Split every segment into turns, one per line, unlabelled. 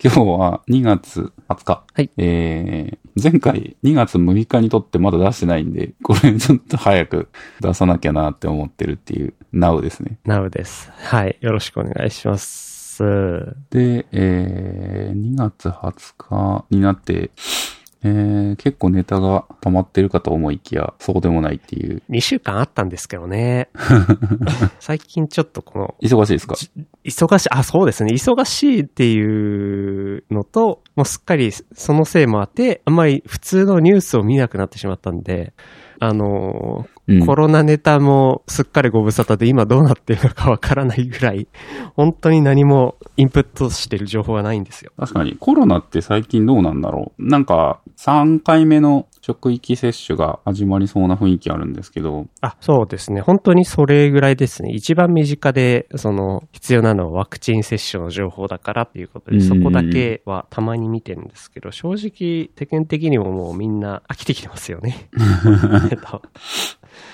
今日は2月20日。
はい
えー、前回2月6日にとってまだ出してないんで、これちょっと早く出さなきゃなって思ってるっていう、Now ですね。
なのです。はい。よろしくお願いします。
で、えー、2月20日になって、えー、結構ネタが溜まってるかと思いきや、そうでもないっていう。
2週間あったんですけ どね。最近ちょっとこの、
忙しいですか
忙しい、あ、そうですね。忙しいっていうのと、もうすっかりそのせいもあって、あんまり普通のニュースを見なくなってしまったんで、あ
う
のー
ん
コロナネタもすっかりご無沙汰で今どうなってるのかわからないぐらい、本当に何もインプットしてる情報がないんですよ。
確かにコロナって最近どうなんだろうなんか3回目の職域接種が始まりそうな雰囲気あるんですけど、
あ、そうですね。本当にそれぐらいですね。一番身近で、その、必要なのはワクチン接種の情報だからっていうこと
う
で、
んうん
そ
うん
こだけはたまに見てるんですけど、正直、世間的にももうみんな飽きてきてますよ ね。えっと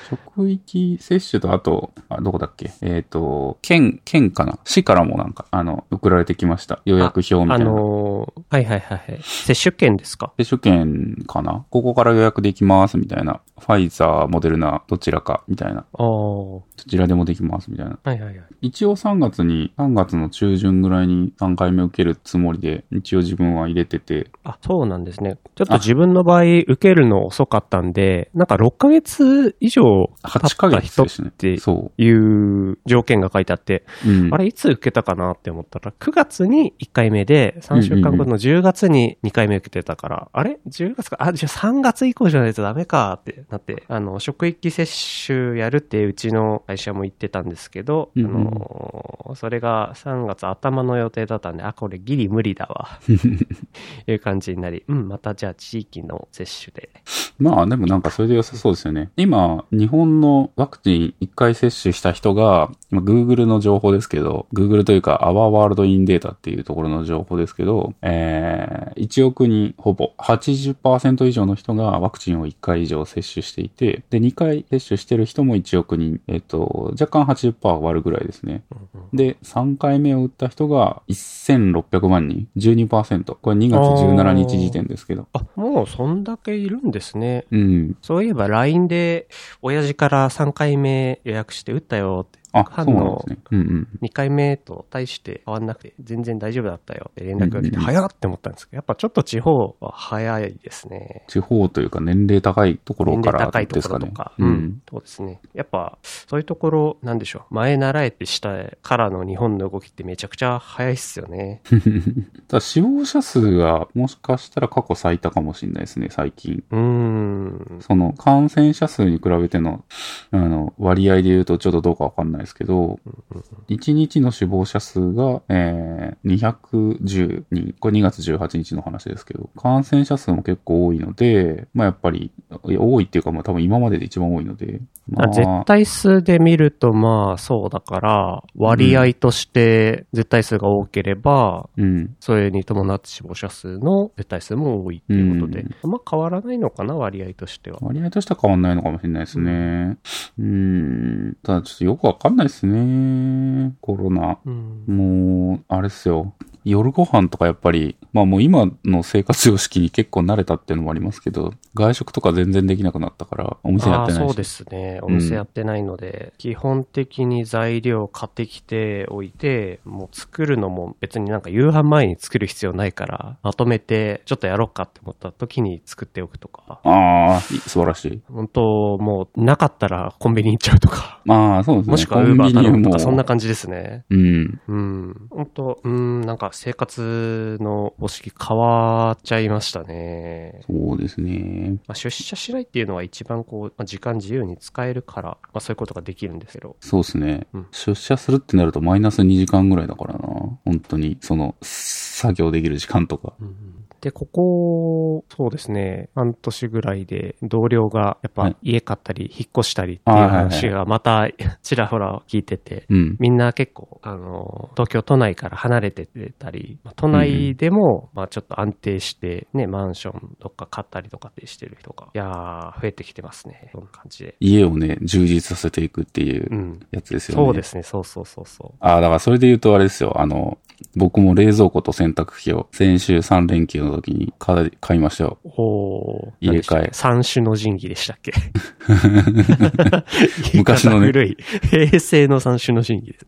職域接種とあと、あどこだっけえっ、と、県、県かな市からもなんか、あの、送られてきました。予約表みた
あ
いな。
のーはいはいはいはい。接種券ですか
接種券かなここから予約できますみたいな。ファイザー、モデルナ、どちらかみたいな。
ああ、は
どちらでもできますみたいな。
いはいはい。
一応3月に、3月の中旬ぐらいに3回目受けるつもりで、一応自分は入れてて、
あ、そうなんですね。ちょっと自分の場合、受けるの遅かったんで、なんか6ヶ月以上経
8
っ
ヶ
た
月
人っ
ですね。
て
そ
いう条件が書いてあって、
う。うん。
あれ、いつ受けたかなって思ったら、9月に1回目で、3週間後の10月に2回目受けてたから、あれ ?10 月か、あ、じゃあ3月以降じゃないとダメかってなって、あの、職域接種やるってうちの会社も言ってたんですけど、
うんうん
あのー、それが3月頭の予定だったんで、あ、これギリ無理 だわ、いう感じになり、うん、またじゃあ地域の接種で。
まあでもなんかそれで良さそうですよね。今、日本のワクチン1回接種した人が、今 Google の情報ですけど、Google というか Our World in Data っていうところの情報ですけど、えー、1億人ほぼ80%以上の人がワクチンを1回以上接種していて、で、2回接種してる人も1億人、えっ、と、若干80%割るぐらいですね。
うんうん
で、3回目を打った人が1600万人、12%。これ2月17日時点ですけど。
あ、もうそんだけいるんですね。
うん。
そういえば LINE で、親父から3回目予約して打ったよって、
あ、
反応
そうなんですね。うんうん。
2回目と対して変わんなくて、全然大丈夫だったよって連絡が
う
来
んうん
て、
うん
早っって思ったんですけど、やっぱちょっと地方は早いですね。
地方というか年齢高いところ
年
か
齢
ら
高いと
です
ころ
か
と
ね
か。。
う
うんん。。そうですね。やっぱ、そういうところ、なんでしょう。前習えてしたからの日本の動きってめちゃくちゃ早いっす よね。
ただ死亡者数がもしかしたら過去最多かもしれないですね、最近。
うーん。
その感染者数に比べての、あの、割合で言うとちょっとどうかわかんないですけど、1日の死亡者数が、えー、210人。これ2月18日の話ですけど、感染者数も結構多いので、まあやっぱり、いや多いっていうか、まあ多分今までで一番多いので、ま
あ絶対数で見るとまあそうだから、割合として絶対数が多ければ、
うん。
それに伴って死亡者数の絶対数も多いっていうことで、
うん
あんま変わらないのかな、割合としては。
割合としては変わんないのかもしれないですね。うーん。ただちょっとよくわかんないですね。コロナ。
うん。
もう、あれっすよ。夜ご飯とかやっぱり、まあもう今の生活様式に結構慣れたっていうのもありますけど、外食とか全然できなくなったから、お店や
あ
っ
あ
て
ー、
ない
そう
し。
ですね。お店やってないので、基本的に材料買ってきておいて、もう作るのも別になんか夕飯前に作る必要ないから、まとめてちょっとやろうかって思った時に作っておくとか、
ああ、い素晴らしい。
本当もうなかったらコンビニ行っちゃうとか、
まあそうですね。
もしくはウ
コ
ー
ン
バー
ビニ
頼むと
も
か、そんな感じですね。
うん。
うん。本当うん、なんか生活の方式変わっちゃいましたね。
そうですね。
まあ、出社しないっていうのは一番こう、まあ、時間自由に使えるから、まあ、そういうことができるんですけど。
そうですね、
うん
出社するってなるとマイナス2時間ぐらいだからな。本当に、その、作業できる時間とか。
で、ここ、そうですね、半年ぐらいで同僚がやっ
は
ぱ
い
家買ったり引っ越したりっていう話がまたちらほら聞いてて、
うん。
みんな結構、あの、東京都内から離れてたり、まあ都内でも、まあちょっと安定して、ね、マンションどっか買ったりとかってしてる人が、いやー、増えてきてますね。そんな感じで。
家をね、充実させていくっていう
うん。
やつですよね。
そうですね、そうそうそうそう。
ああ、だからそれで言うとあれですよ。あの、僕も冷蔵庫と洗濯機を先週3連休の時に買い買いましたよ。
おー
入れ替え
三種の神器でしたっ け
昔のね
言い方古い。平成の三種の神器です。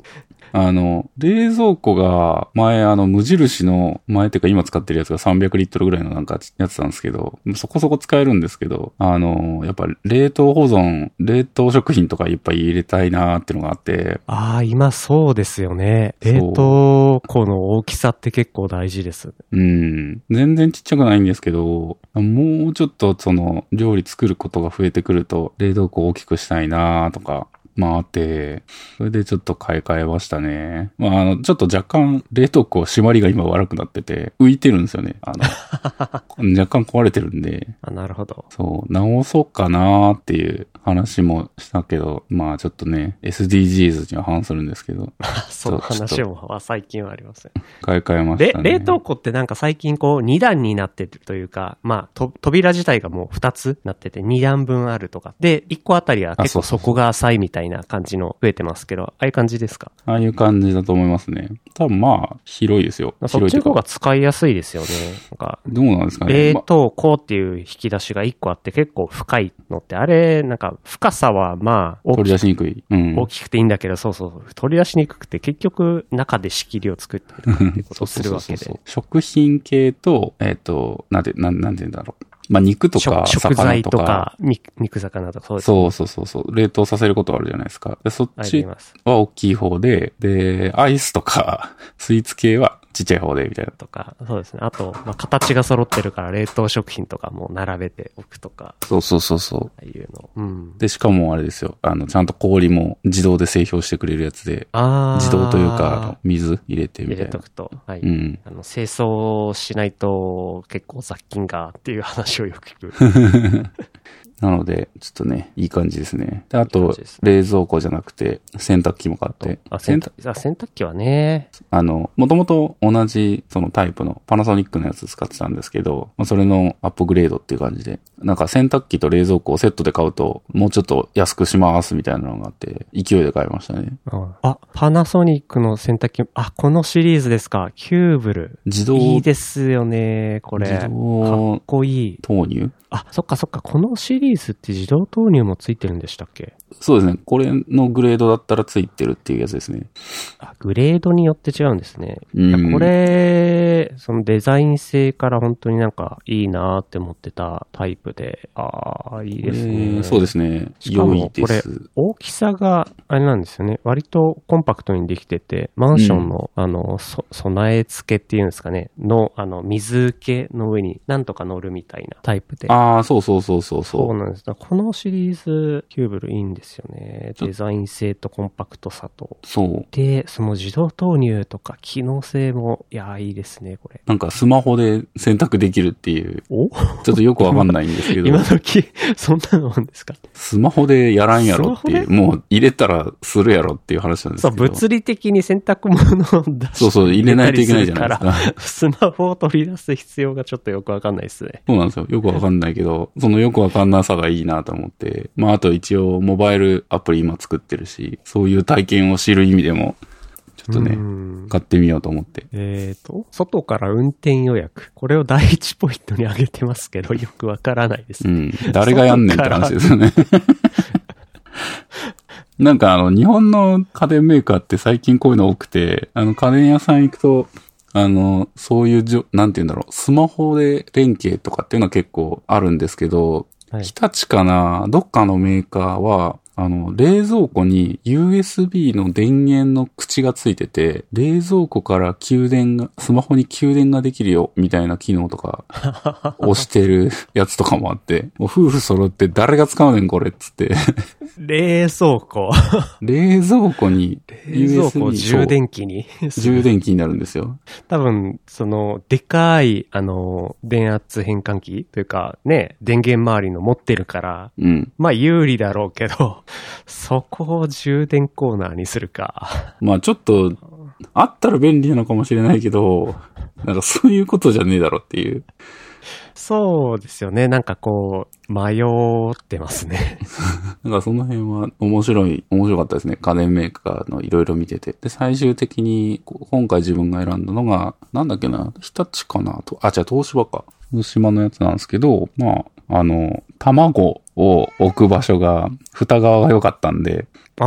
あの、冷蔵庫が前あの無印の前っていうか今使ってるやつが300リットルぐらいのなんかやつなんですけど、そこそこ使えるんですけど、あの、やっぱ冷凍保存、冷凍食品とかいっぱい入れたいなーってのがあって、
ああ、今そうですよね。
そう
冷凍庫の大きさって結構大事です。
うん。全然ちっちゃくないんですけど、もうちょっとその料理作ることが増えてくると、冷凍庫を大きくしたいなとか、まああって、それでちょっと買い替えましたね。まああの、ちょっと若干冷凍庫締まりが今悪くなってて、浮いてるんですよね。あ の、若干壊れてるんで、
あ、なるほど。
そう、直そうかなっていう話もしたけど、まあちょっとね、SDGs には反するんですけど、
その話もまあ最近はありますね。
買い替えまし
で、
たね。
冷凍庫ってなんか最近こう2段になってるというか、まあと扉自体がもう2つなってて2段分あるとか。で、1個あたりは結
そう
構
そうそう
底が浅いみたいな感じの増えてますけど、ああいう感じですか
ああいう感じだと思いますね。多分まあ、広いですよ。
そっ
広い
ち
とい
の
うか
方が使いやすいですよね。なんか
どうなんですかね。
冷
ま
凍庫っていう引き出しが1個あって結構深いのって、あれ、なんか深さはまあ大
取
き
り出しにくい。うん。
大きくていいんだけど、そうそう、取り出しにくくて、結局中で仕切りを作ったりとかってことをするわけ
そうそうそうそ
で
う。食品系と、えっ、と、なんて、なん、なんて言うんだろう。まあ、肉とか、
食食
魚
材
と
と
か。
か、肉肉魚とか、そうです。
そうそうそうそう。冷凍させることあるじゃないですか。でそっ
あり
ち
ます。
は大きい方で、で、アイスとか、 スイーツ系はちっちゃい方で、みたいな。
とか、そうですね。あと、まあ、形が揃ってるから、冷凍食品とかも並べておくとか、
そうそうそうそ
ああいうの。うん
う。。で、しかもあれですよ。あの、ちゃんと氷も自動で製氷してくれるやつで、
ああ。
自動というか、あの、水入れてみ
入
た
れ
いな
と。くと。はい。
うん。
あの、清掃しないと結構雑菌がっていう話をよく聞く。
なので、ちょっとね、いい感じですね。で、あ
いい感
と
じです、
冷蔵庫じゃなくて、洗濯機も買って。
あ洗
洗
濯あ洗濯機はね、
あの、もともと同じそのタイプのパナソニックのやつ使ってたんですけど、まあ、それのアップグレードっていう感じで、なんか洗濯機と冷蔵庫をセットで買うと、もうちょっと安くしますみたいなのがあって、勢いで買いましたね。
あ、パナソニックの洗濯機、あ、このシリーズですか。キューブル。
自動、
いいですよね、これ。
自
かっ
動
こいい。
投入
あ、そっかそっか、このシリーズって自動投入もついてるんでしたっけ
そうですね。これのグレードだったらついてるっていうやつですね。
あ、グレードによって違うんですね。
うん。
これ、そのデザイン性から本当になんかいいなーって思ってたタイプで、ああ、いい
これ、
ですね。
そうですね。
しかも
良いです。
大きさが、あれなんですよね。割とコンパクトにできてて、マンションの、あの、そ備え付けっていうんですかね、の、あの、水受けの上になんとか乗るみたいなタイプで。
ああ、そうそうそうそう
そ
そう
なんです。だからこのシリーズ、キューブルいいんですよね。
ちょ
デザイン性とコンパクトさと。
う。そう。
で、その自動投入とか機能性も、いやー、いいですね、これ。
なんかスマホで選択できるっていう、
お
ちょっとよくわかんないんですけど
今、時、そんなのあるんですか
スマホでやらんやろってい
スマ
う、もう入れたらするやろっていう話なんで
そ
す
う、
けど。
物理的に洗濯物を出して
そうそう、入れないといけないじゃないですか。
スマホを取り出す必要がちょっとよくわかんないですね。
そうなんですよ。よくわかんないけど、そのよくわかんなさがいいなと思って。まあ、あと一応、モバイルアプリ今作ってるし、そういう体験を知る意味でも、ちょっとね、
ね。
買ってみようと思って。
えっ、と、外から運転予約。これを第一ポイントに挙げてますけど、よくわからないです
う
ね。
ん。誰がやんねんって話ですよね。 なんかあの、日本の家電メーカーって最近こういうの多くて、あの、家電屋さん行くと、あの、そういうじょ、なんて言うんだろう、スマホで連携とかっていうのは結構あるんですけど、
はい
日立かな、どっかのメーカーは、あの、冷蔵庫に USB の電源の口がついてて、冷蔵庫から給電が、スマホに給電ができるよ、みたいな機能と か、押してるやつとかもあって、もう夫婦揃って誰が使うねんこれっつ って、
冷蔵庫。
冷蔵庫に、
冷蔵庫
USB
充電器に。
そう充電器になるんですよ。
多分、その、でかい、あの、電圧変換器というか、ね、電源周りの持ってるから、
うん。
まあ有利だろうけど、 そこを充電コーナーにするか。
まあちょっと、あったら便利なのかもしれないけど、なんかそういうことじゃねえだろっていう。
そうですよね。なんかこう、迷ってま すね。
なんかその辺は面白い、面白かったですね。家電メーカーのいろいろ見てて。で、最終的に、こう今回自分が選んだのが、なんだっけな、日立かなと、あ、じゃあ東芝か。東芝のやつなんですけど、まあ、あの、卵を置く場所が、蓋側が良かったんで、
ああ。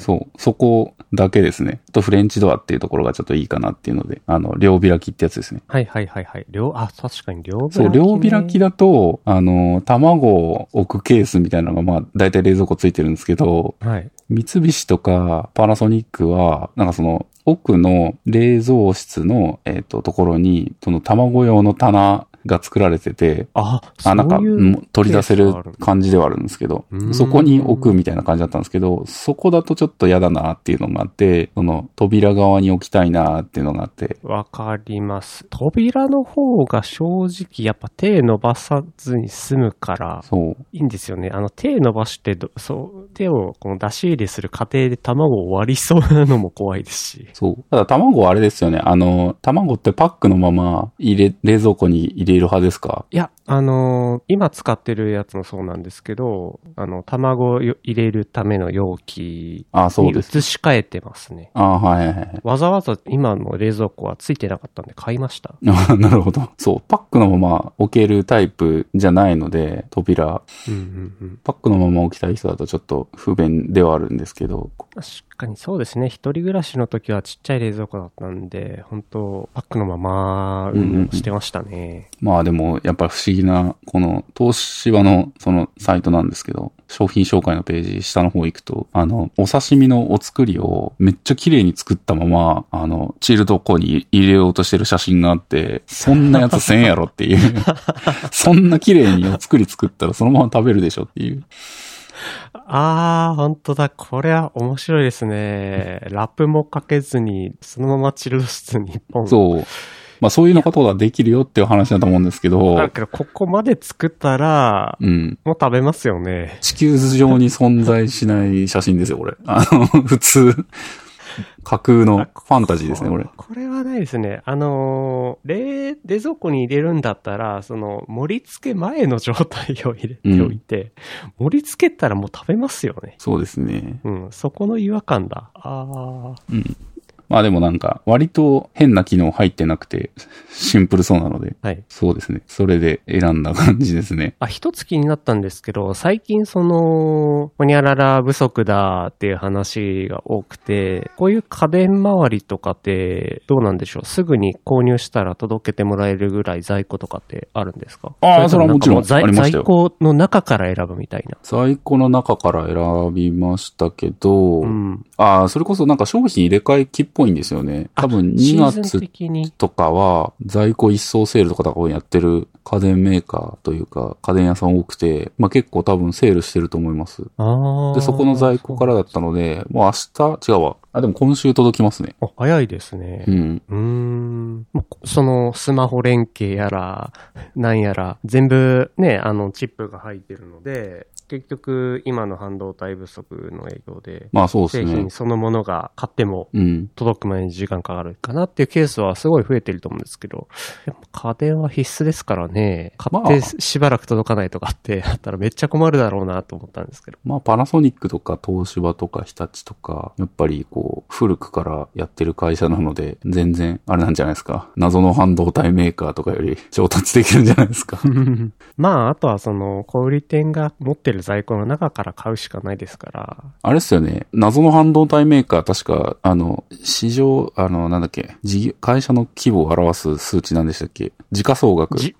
そう、そこだけですね。あとフレンチドアっていうところがちょっといいかなっていうので、あの、両開きってやつですね。
はいはいはいはい。両、あ、確かに両開き、
そう、両開き。だと、あの、卵を置くケースみたいなのが、まあ、大体冷蔵庫ついてるんですけど、
はい。
三菱とかパナソニックは、なんかその、奥の冷蔵室の、えっ、と、ところに、その卵用の棚が作られてて、
あ、
あ、なんか、
そういう
うん取り出せ
ケー
る
スがある
感じではあるんですけど
うー、ん
そこに置くみたいな感じだったんですけど、そこだとちょっと嫌だなっていうのがあって、その扉側に置きたいなっていうのがあって、
わかります。扉の方が正直やっぱ手伸ばさずに済むから
そう。
いいんですよね。あの手伸ばしてど、そう、手をこの出し入れする過程で卵を割りそうなのも怖いですし。
そう。ただ卵はあれですよね。あの、卵ってパックのまま入れ、冷蔵庫に入れる派ですか
いや、あのー今使ってるやつもそうなんですけど、あの、卵を入れるための容器
あ、そ
に
うです。
移し替えてますね。
あ、はいはいはい。
わざわざ今の冷蔵庫はついてなかったんで買いました。
あ なるほど。そう。パックのまま置けるタイプじゃないので、扉。
うんうんうん。
パックのまま置きたい人だとちょっと不便ではあるんですけど。
確かにそうですね。一人暮らしの時はちっちゃい冷蔵庫だったんで、本当パックのまま
うんうんうん
してましたね。
まあでも、やっぱ不思議な、この、東芝のそのサイトなんですけど、商品紹介のページ下の方行くと、あの、お刺身のお作りをめっちゃ綺麗に作ったまま、あの、チルドコに入れようとしてる写真があって、そんなやつせんやろ っていう。そんな綺麗にお作り作ったらそのまま食べるでしょっていう。
あー、本当だ。これは面白いですね。ラップもかけずに、そのままチルド室に一本。う。
そう。まあそういうのことができるよっていう話だと思うんですけ
だ
ど、
けど、ここまで作ったら、
うん。
もう食べますよね。
地球上に存在しない写真ですよ、これ。あの、 普通。架空のファンタジーですね、これ。
これはないですね。あのー冷、冷蔵庫に入れるんだったら、その、盛り付け前の状態を入れておいて、盛り付けたらもう食べますよね。
そうですね。
うん、そこの違和感だ。ああ。
まあでもなんか、割と変な機能入ってなくて、シンプルそうなので、
はい。
そうですね。それで選んだ感じですね。
あ、一つ気になったんですけど、最近その、ほにゃらら不足だっていう話が多くて、こういう家電周りとかってどうなんでしょうすぐに購入したら届けてもらえるぐらい在庫とかってあるんですか
あー
と
それはもちろん
なんかう
ありま
在
したよ
在庫の中から選ぶみたいな。
在庫の中から選びましたけど、
うん。
ああ、それこそなんか商品入れ替え機っぽいんですよね。多分2
シーズン
月
的に。
とかは、在庫一掃セールとか多分やってる家電メーカーというか、家電屋さん多くて、まあ結構多分セールしてると思います。
ああ。
で、そこの在庫からだったので、もう明日、違うわ。あ、でも今週届きますね。
あ、早いですね。
うん。
うーん。まあそのスマホ連携やら、なんやら、全部ね、あの、チップが入ってるので、結局、今の半導体不足の影響で、
まあそうです
製
ね
品。そのものが買っても
うん。
届くまでに時間かかるかなっていうケースはすごい増えてると思うんですけど、やっぱ家電は必須ですからね、買っ
まあ
てしばらく届かないとかってあったらめっちゃ困るだろうなと思ったんで すけど。
まあ、パナソニックとか東芝とか日立とか、やっぱりこう、古くからやってる会社なので、全然、あれなんじゃないですか。謎の半導体メーカーとかより 上達できるんじゃないですか。
まあ、あとはその、小売店が持ってる在庫の中から買うしかないですから、
あれっすよね。謎の半導体メーカー、確か、あの、市場、あの、なんだっけ、事業会社の規模を表す数値なんでしたっけ時価総額。
じ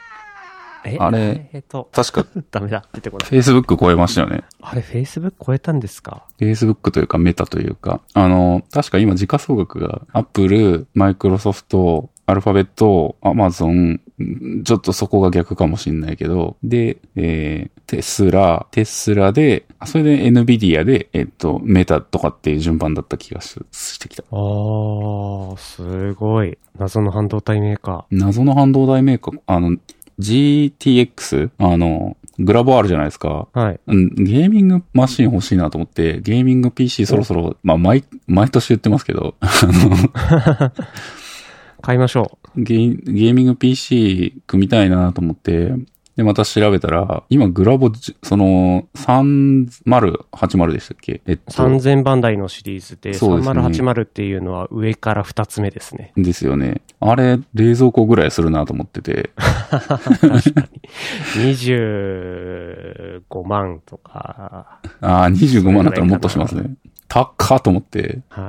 え
あれ
えっと、
確か、
ダメだ、出てこない。
Facebook 超えましたよね。
あれ、Facebook 超えたんですか
Facebook というかメタというか、あの、確か今時価総額が Apple、Microsoft、アルファベット、Amazon、んちょっとそこが逆かもしんないけど、で、えー、テスラ、テスラで、あそれで NVIDIA で、えっと、メタとかっていう順番だった気がししてきた。
あー、すごい。謎の半導体メーカ
謎の半導体メーカー、あの、GTX、あの、グラボあるじゃないですか。
ー。はい。
うん、ゲーミングマシン欲しいなと思って、ゲーミング PC そろそろ、まあ、毎、毎年言ってますけど、あの
買いましょう。
ゲイゲーミング PC 組みたいなと思って、で、また調べたら、今グラボじ、その、3080でしたっけえっと、
3000番台のシリーズで、
そうですね
3080っていうのは上から2つ目ですね。
ですよね。あれ、冷蔵庫ぐらいするなと思ってて、
25万とか。
ああ、25万だったらもっとし ますね。高っと思って。
はい。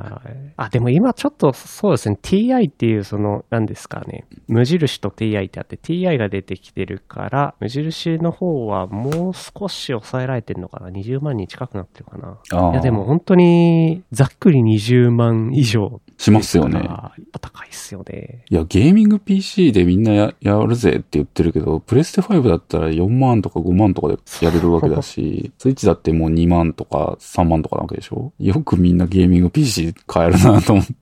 あ、でも今ちょっとそうですね、TI っていうその、何ですかね、無印と TI ってあって、TI が出てきてるから、無印の方はもう少し抑えられてるのかな ?20 万に近くなってるかな
ああ。
いやでも本当に、ざっくり20万以上
しますよね。
あーやっぱ高いっすよね。
いや、ゲーミング PC でみんなややるぜって言ってるけど、プレステ5だったら4万とか5万とかでやれるわけだ し、スイッチだってもう2万とか3万とかなわけでしょよくみんなゲーミング PC 買えるなと思って。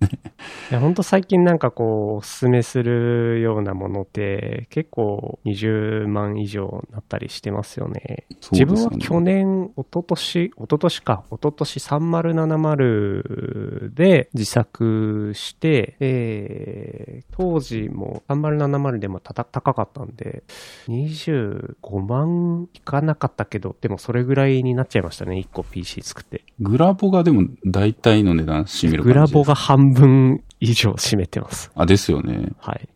いや本当最近なんかこう、おすすめするようなものって、結構20万以上になったりしてますよね。 自分は去年、一昨年、一昨年か、一昨年3070で自作して、で当時も3070でもたた高かったんで、25万いかなかったけど、でもそれぐらいになっちゃいましたね、1個 PC 作って。
グラボがでも大体の値段占める感じ。
グラボ。が半分以上占めてます。
あ、ですよね。
はい。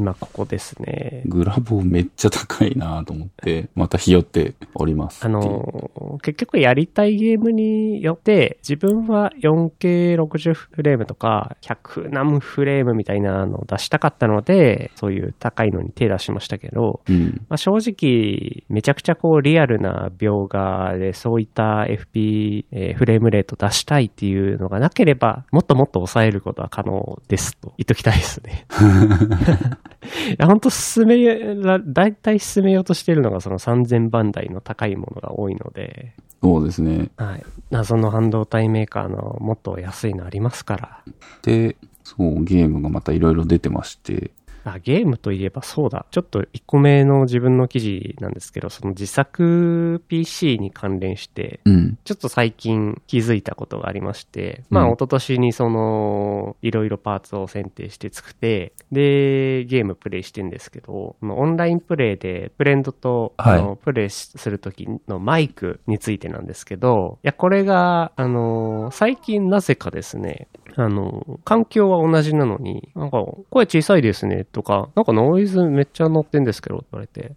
今ここですね。
グラボめっちゃ高いなと思って、また日よっております。
あ、の、結局やりたいゲームによって、自分は 4K60 フレームとか、100何フレームみたいなのを出したかったので、そういう高いのに手出しましたけど、
うん。
まあ、正直、めちゃくちゃこうリアルな描画でそういった FP、えーフレームレート出したいっていうのがなければ、もっともっと抑えることは可能ですと言っときたいですね。 いや本当進めら、大体進めようとしてるのがその3000番台の高いものが多いので、
そうですね。
はい。謎の半導体メーカーのもっと安いのありますから。
で、そう、ゲームがまたいろいろ出てまして、
あゲームといえばそうだ。ちょっと1個目の自分の記事なんですけど、その自作 PC に関連して、
うん。
ちょっと最近気づいたことがありまして、まあ
うん
一昨年にその、いろいろパーツを選定して作って、で、ゲームプレイしてんですけど、まあオンラインプレイでフレンドと、
はい
あのプレイする時のマイクについてなんですけど、いや、これが、あの、最近なぜかですね、あの、環境は同じなのに、なんか、声小さいですね、とか、なんかノイズめっちゃ乗ってんですけど、って言われて、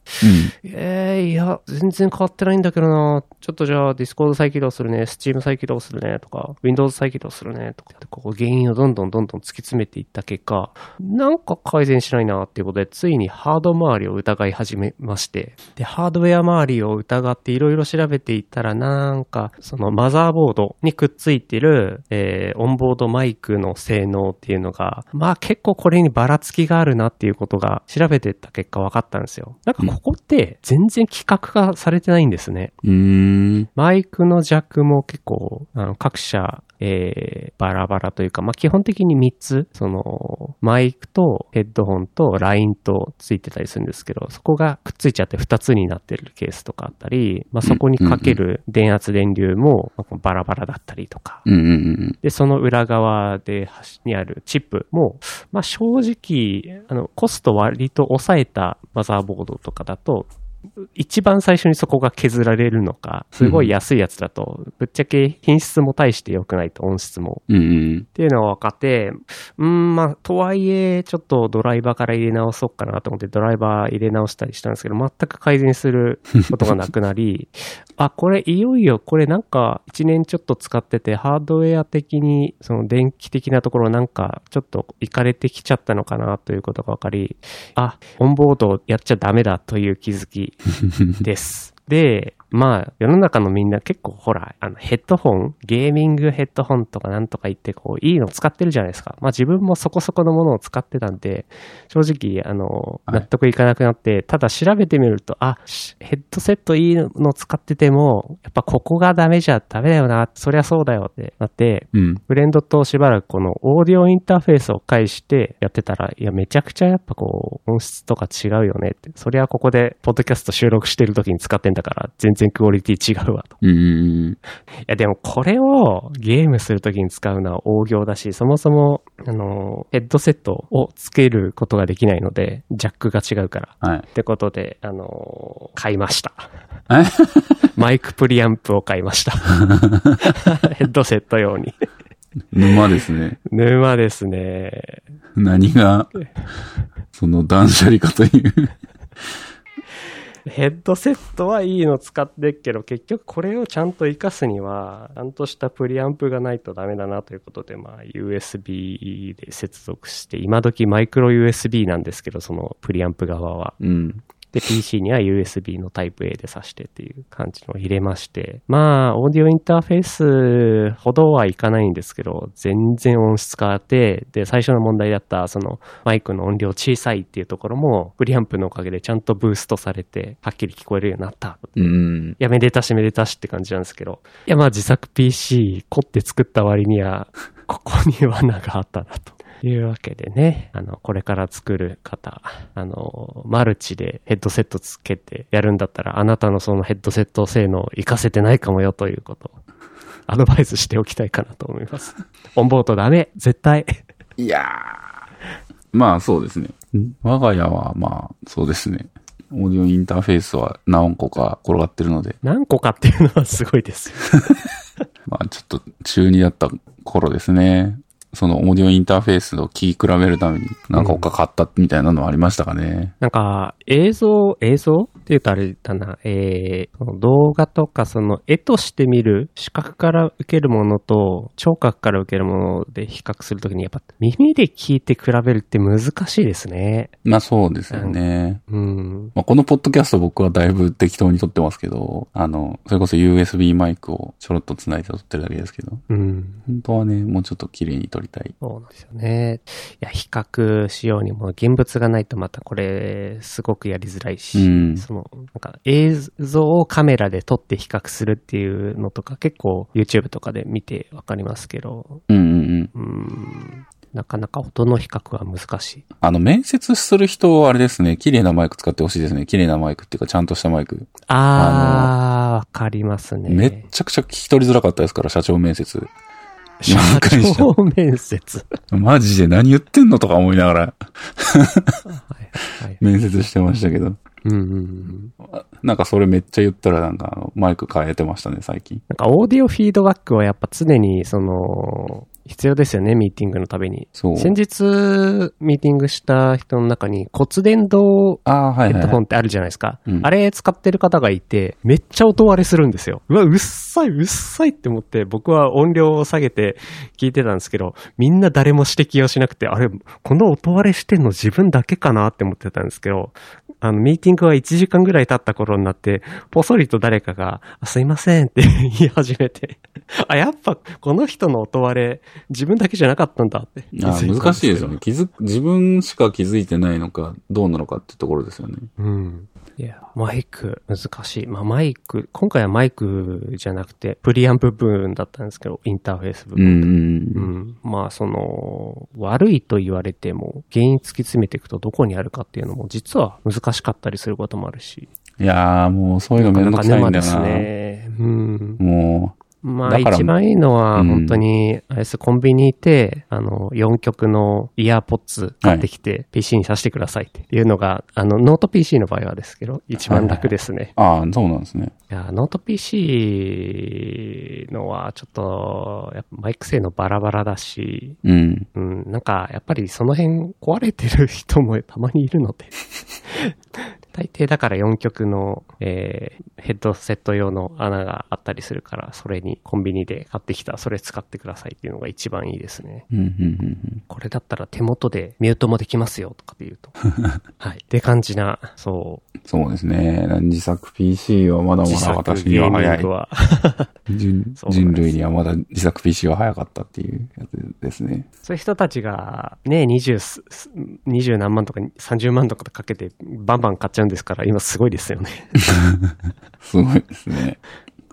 えー、いや、全然変わってないんだけどな。ちょっとじゃあ、ディスコード再起動するね、スチーム再起動するね、とか、Windows 再起動するね、とかって、ここ原因をどんどんどんどん突き詰めていった結果、なんか改善しないな、っていうことで、ついにハード周りを疑い始めまして、で、ハードウェア周りを疑っていろいろ調べていったら、なんか、そのマザーボードにくっついてる、えー、オンボードマイクの性能っていうのが、まあ結構これにばらつきがあるなっていうことが調べてった結果分かったんですよ。なんかここって全然規格化されてないんですね。
うん。うーん。
マイクのジャックも結構、あの各社、えー、バラバラというか、まあ、基本的に3つ、その、マイクとヘッドホンとラインとついてたりするんですけど、そこがくっついちゃって2つになってるケースとかあったり、まあ、そこにかける電圧電流もまあバラバラだったりとか、
うんうんうん。
で、その裏側で端にあるチップも、まあ、正直、あの、コスト割と抑えたマザーボードとかだと、一番最初にそこが削られるのか、すごい安いやつだと、ぶっちゃけ品質も大して良くないと、音質も。
うんうん。
っていうのは分かって、うん、まあ、とはいえ、ちょっとドライバーから入れ直そうかなと思って、ドライバー入れ直したりしたんですけど、全く改善することがなくなり、あ、これ、いよいよ、これなんか、1年ちょっと使ってて、ハードウェア的に、その電気的なところなんか、ちょっと、いかれてきちゃったのかなということが分かり、あ、オンボードやっちゃダメだという気づき、です。で、まあ、世の中のみんな結構ほら、あの、ヘッドホン、ゲーミングヘッドホンとかなんとか言って、こう、いいの使ってるじゃないですか。まあ自分もそこそこのものを使ってたんで、正直、あの、
い
納得いかなくなって、ただ調べてみると、あ、しヘッドセットいいの使ってても、やっぱここがダメじゃダメだよな、そりゃそうだよってなって、
うん。
フレンドとしばらくこのオーディオインターフェースを介してやってたら、いや、めちゃくちゃやっぱこう、音質とか違うよねって。そりゃここで、ポッドキャスト収録してる時に使ってんだから、全然クオリティ違うわと。
うんうん
いや、でもこれをゲームするときに使うのは大行だし、そもそも、あの、ヘッドセットをつけることができないので、ジャックが違うから。
うん。はい。
ってことで、あの、買いました。マイクプリアンプを買いました。ヘッドセット用に。
沼です ね。
沼ですね。
何が、その断捨離かという。
ヘッドセットはいいの使ってっけど、結局これをちゃんと活かすには、ちゃんとしたプリアンプがないとダメだなということで、まあ、USB で接続して、今時マイクロ USB なんですけど、そのプリアンプ側は。
うん。
で、PC には USB のタイプ A で挿してっていう感じのを入れまして、まあ、オーディオインターフェースほどはいかないんですけど、全然音質変わって、で、最初の問題だった、その、マイクの音量小さいっていうところも、プリアンプのおかげでちゃんとブーストされて、はっきり聞こえるようになった。
うん。
いや、めでたしめでたしって感じなんですけど、いや、まあ、自作 PC 凝って作った割には、 ここに罠があったなと。いうわけでね、あの、これから作る方、あの、マルチでヘッドセットつけてやるんだったら、あなたのそのヘッドセット性能を活かせてないかもよということを、アドバイスしておきたいかなと思います。オンボートダメ絶対
いやー。まあそうですね。我が家はまあそうですね。オーディオインターフェースは何個か転がってるので、
何個かっていうのはすごいですよ。
まあちょっと中2だった頃ですね。そのオーディオインターフェースを聞き比べるために何個か買ったみたいなのはありましたかね。
なんか、映像、映像っていうとあれだな、えー、その動画とか、その絵として見る、視覚から受けるものと、聴覚から受けるもので比較するときに、やっぱ耳で聞いて比べるって難しいですね。
まあそうですよね。
うん。
まあこのポッドキャスト僕はだいぶ適当に撮ってますけど、あの、それこそ USB マイクをちょろっと繋いで撮ってるだけですけど、
うん。
本当はね、もうちょっと綺麗に撮りたい。
そうなんですよね。いや、比較しようにも現物がないとまたこれ、すごくやりづらいし、
うん
その、なんか映像をカメラで撮って比較するっていうのとか、結構 YouTube とかで見てわかりますけど、
うんうんうん。
うーんなかなか音の比較は難しい。
あの、面接する人はあれですね、綺麗なマイク使ってほしいですね。綺麗なマイクっていうか、ちゃんとしたマイク。
あー、わかりますね。
めっちゃくちゃ聞き取りづらかったですから、社長面接。
社長面 接。
マジで何言ってんのとか思いながら
はいはい。
面接してましたけど。
うんうんうん。
なんかそれめっちゃ言ったらなんかあのマイク変えてましたね、最近。
なんかオーディオフィードバックはやっぱ常に、その、必要ですよね、ミーティングのために。
そう。
先日、ミーティングした人の中に骨伝導
ああ、は
ヘ
い
ッ
はい
ド
は
ホ
い。
ンってあるじゃないですか。
うん
あれ使ってる方がいて、めっちゃ音割れするんですよ。うわ、うっさい、うっさいって思って、僕は音量を下げて聞いてたんですけど、みんな誰も指摘をしなくて、あれ、この音割れしてんの自分だけかなって思ってたんですけど、あの、ミーティングは1時間ぐらい経った頃になって、ぽそりと誰かが、あすいませんって言い始めて、あ、やっぱこの人の音割れ、自分だけじゃなかったんだって。
あー難しいですよね。気づく、自分しか気づいてないのか、どうなのかってところですよね。
うん。いや、マイク、難しい。まあ、マイク、今回はマイクじゃなくて、プリアンプ部分だったんですけど、インターフェース部
う
分。
んう
うんん。まあ、その、悪いと言われても、原因突き詰めていくとどこにあるかっていうのも、実は難しかったりすることもあるし。
うん。いやー、もうそういうのめんどくさいんだよ
かか
な。
沼ですね。うん。
も
まあ、
だから
一番いいのは、
うん
本当に、あれです、コンビニ行って、あの、4曲のイヤーポッツ買ってきて、PC に挿してくださいっていうのが、あの、ノート PC の場合はですけど、一番楽ですね。
う、ああ、そうなんですね。
いや、ノート PC のはちょっと、やっぱマイク性能バラバラだし、
うん。
うん、なんかやっぱりその辺壊れてる人もたまにいる ので、大抵だから4曲の、えーヘッドセット用の穴があったりするから、それにコンビニで買ってきた、それ使ってくださいっていうのが一番いいですね。
うん、うん、うんうん。
これだったら手元でミュートもできますよとかって言 うと。はい。って感じな、そう。
そうですね。自作 PC はまだま
自
だ
作
私に
ゲー
は
ミ
早
ング
い。
は。
人
そうなんです
人類にはまだ自作 PC は早かったっていうやつですね。
そういう人たちが、ね、20す、す20何万とか30万とかかけて、バンバン買っちゃうんですから、今すごいですよね。
すごいですね。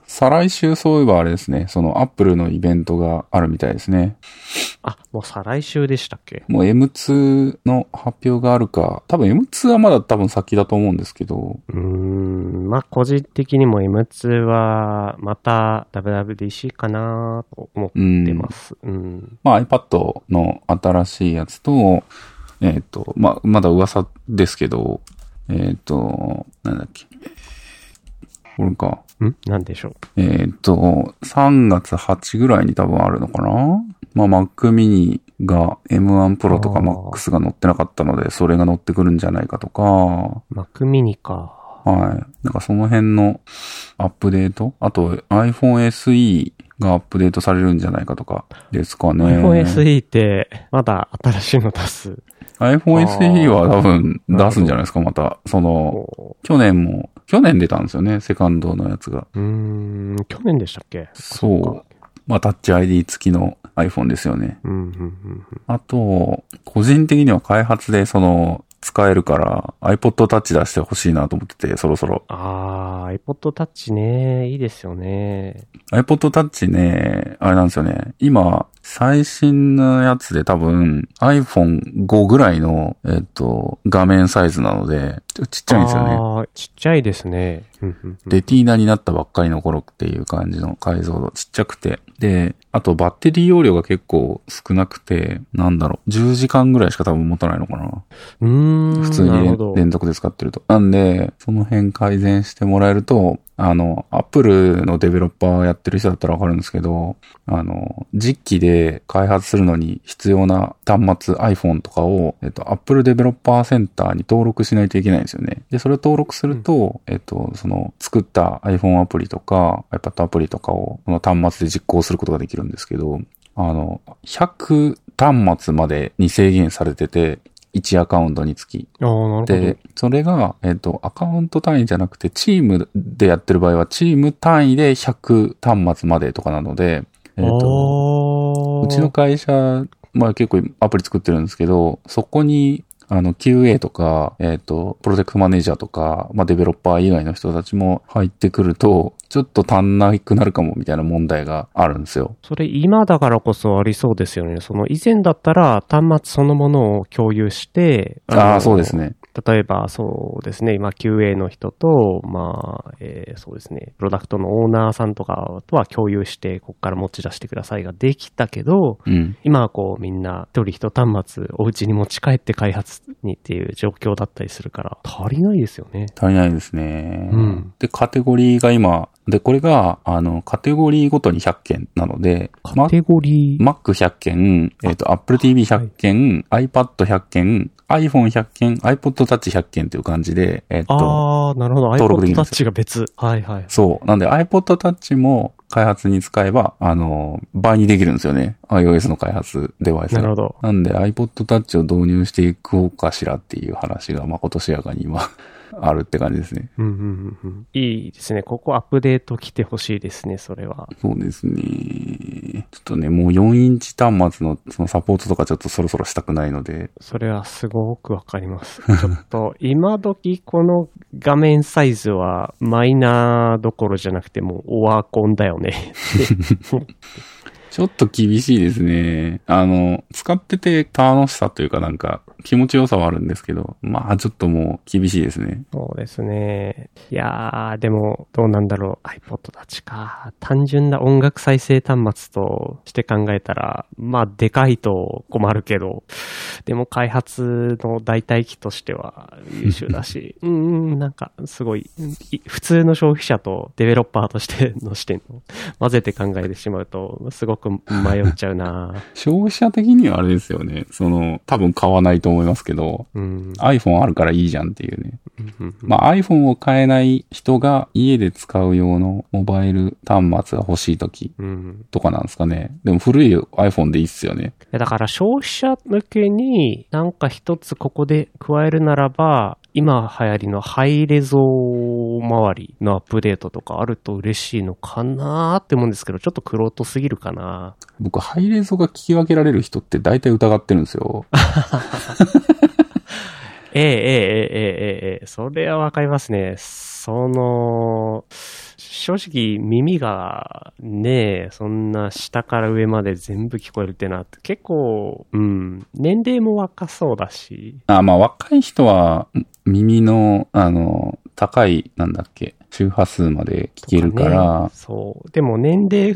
再来週そういえばあれですね、そのアップルのイベントがあるみたいですね。
あ、もう再来週でしたっけ
もう M2 の発表があるか、多分 M2 はまだ多分先だと思うんですけど、
うーん、まあ個人的にも M2 はまた WWDC かなと思
う
って
ん
ま。す。うん。
まあ iPad の新しいやつと、えっ、と、まあ、まだ噂ですけど、えっ、と、なんだっけ。これか。
んなんでしょう。
えーっと、3月8ぐらいに多分あるのかなまあ Mac mini が M1 Pro とか
あー
Max が乗ってなかったので、それが乗ってくるんじゃないかとか、は
Mac mini か。
い。なんかその辺のアップデートあと iPhone SE がアップデートされるんじゃないかとかですかね。
iPhone SE ってまだ新しいの出す。
iPhone SE は多分
あー
出すんじゃないですか、また。その、
お
去年も、去年出たんですよね、セカンドのやつが。
うーん、去年でしたっけ
そう
そっか
まあタッチ ID 付きの iPhone ですよね。
うん、うん、うんうん。
あと、個人的には開発でその、使えるから iPod Touch 出してほしいなと思ってて、そろそろ。
あー、iPod Touch ね、いいですよね。
iPod Touch ね、あれなんですよね。今、最新のやつで多分 iPhone5 ぐらいの、えっと、画面サイズなので、ちょっとちっちゃいんですよね。
あー、ちっちゃいですね。うんうんうん
レティーナになったばっかりの頃っていう感じの解像度、ちっちゃくて。で、あとバッテリー容量が結構少なくて、なんだろう、10時間ぐらいしか多分持たないのかな。
うーん、
普通
なるほ
に
ど。
連続で使ってると。なんで、その辺改善してもらえると、あの、アップルのデベロッパーやってる人だったらわかるんですけど、あの、実機で開発するのに必要な端末 iPhone とかを、えっと、Apple デベロッパーセンターに登録しないといけないんですよね。で、それを登録すると、えっと、その、作った iPhone アプリとか、iPad アプリとかを、この端末で実行することができるんですけど、あの、100端末までに制限されてて、1アカウントにつき。
あー、なるほど
で。、それが、えっ、と、アカウント単位じゃなくて、チームでやってる場合は、チーム単位で100端末までとかなので、えっ、と、
あー
うちの会社、まあ結構アプリ作ってるんですけど、そこに、あの、QA とか、えっ、と、プロジェクトマネージャーとか、まあデベロッパー以外の人たちも入ってくると、ちょっと足んなくなるかもみたいな問題があるんですよ。
それ今だからこそありそうですよね。その以前だったら端末そのものを共有して、
ああ、
の
そうです。ね。
例えばそうですね、今 QA の人と、まあ、えーそうですね、プロダクトのオーナーさんとかとは共有して、ここから持ち出してくださいができたけど、
うん。
今はこうみんな一人一端末お家に持ち帰って開発にっていう状況だったりするから、足りないですよね。
足りないですね。
うん
で、カテゴリーが今、で、これが、あの、カテゴリーごとに100件なので、
カテゴリー。
マ Mac100 件、えっ、と、Apple TV100 件、iPad100 件、iPhone100 件、iPod Touch100 件という感じで、えっ、と、
ああ、なるほど。
登録で
iPod
きます
Touch が別。はいはい。
そう。なんで iPod Touch も開発に使えば、あの、倍にできるんですよね。iOS の開発デバイス
なる
が。
ほど。
なんで iPod Touch を導入していこうかしらっていう話が、まあ、今年やかに今、 あるって感じですね。
うんうんうんうんいいですね。ここアップデート来てほしいですね、それは。
そうですね。ちょっとね、もう4インチ端末のそのサポートとかちょっとそろそろしたくないので、
それはすごくわか ります。ちょっと、今時この画面サイズはマイナーどころじゃなくてもうオワコンだよね。
ちょっと厳しいですね。あの、使ってて楽しさというかなんか気持ちよさはあるんですけど、まあちょっともう厳しいですね。
そうですね。いやー、でもどうなんだろう。iPod たちか。単純な音楽再生端末として考えたら、まあでかいと困るけど、でも開発の代替機としては優秀だ し、うんうん、なんかすごい、い普通の消費者とデベロッパーとしての視点を 混ぜて考えてしまうと、すごく迷っちゃうな
消費者的にはあれですよね。その、多分買わないと思いますけど、
うん。
iPhone あるからいいじゃんっていうね。
うんうんうん
まあ iPhone を買えない人が家で使う用のモバイル端末が欲しい時
うん
とかなんですかね。でも古い iPhone でいいっすよね。
いやだから消費者向けになんか一つここで加えるならば、今流行りのハイレゾー周りのアップデートとかあると嬉しいのかなーって思うんですけど、ちょっとクロートすぎるかな
僕、ハイレゾが聞き分けられる人って大体疑ってるんです よ。
ええええええええええそれはわかりますね。その、正直耳がね、そんな下から上まで全部聞こえるってなって、結構、うん、年齢も若そうだし、
あ、まあ若い人はん耳の、あの、高い、なんだっけ、周波数まで聞けるか
と
ら、
ねそう。でも年齢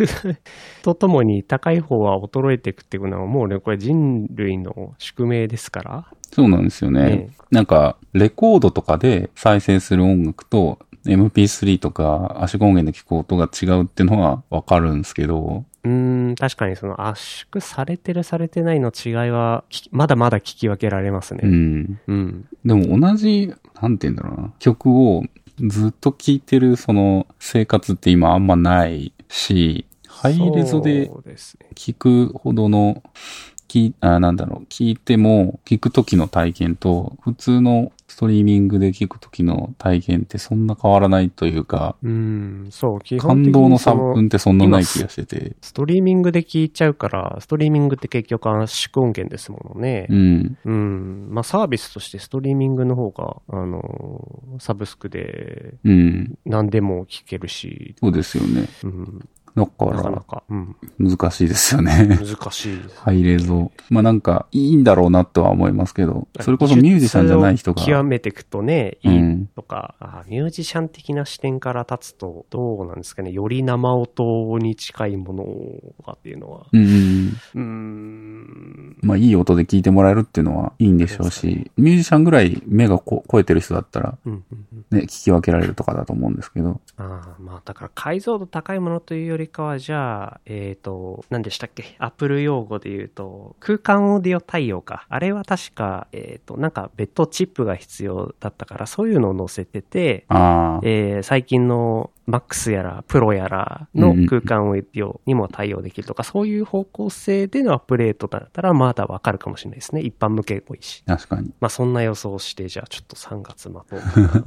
とともに高い方は衰えていくっていうのはもうね、これ人類の宿命ですから。
そうなんですよね。
ね
なんか、レコードとかで再生する音楽と、MP3 とか足音源で聞く音が違うってのはわかるんですけど、
うーん、確かにその圧縮されてるされてないの違いは、聞きまだまだ聞き分けられます
う
ね。
ん。
うん。
でも同じ、なんて言うんだろうな、曲をずっと聴いてるその生活って今あんまないし、ハイレゾで
そうですね。
聞くほどの、きあなんだろう、聞いても、聞くときの体験と、普通のストリーミングで聞くときの体験ってそんな変わらないというか、
うん、そう、基本
感
的
動の
に
差
その
分ってそんなない気がしてて。
ストリーミングで聞いちゃうから、ストリーミングって結局圧縮音源ですものね。
うん。
うん。まあサービスとしてストリーミングの方が、あの、サブスクで
うん。
何でも聞けるし、
そうですよね。
うん、
だか
なからな、か、うん、
難しいですよね。
難しい。
ハイレゾ。まあなんか、いいんだろうなとは思いますけど、それこそミュージシャンじゃない人
技術を
が。
極めていくとね、
う
いい
ん。
とか、あミュージシャン的な視点から立つと、どうなんですかね、より生音に近いものがっていうのは。
うんうん。
うーん。
まあいい音で聞いてもらえるっていうのはいいんでしょうし、ミュージシャンぐらい目がこ超えてる人だったら、
うんうんうん、
ね、聞き分けられるとかだと思うんですけど。
ああまあだから解像度高いものというよりかはじゃあえっ、と何でしたっけアップル用語で言うと空間オーディオ対応かあれは確かえっ、となんか別途チップが必要だったからそういうのを載せてて
ああ。
えー最近の MAX やら Pro やら
う
の
んうん
空間オーディオにも対応できるとか、そういう方向性でのアップデートだったらまだわかるかもしれないですね。一般向けもいいし。
確かに。
まあそんな予想をして、じゃあちょっと3月待とうか な。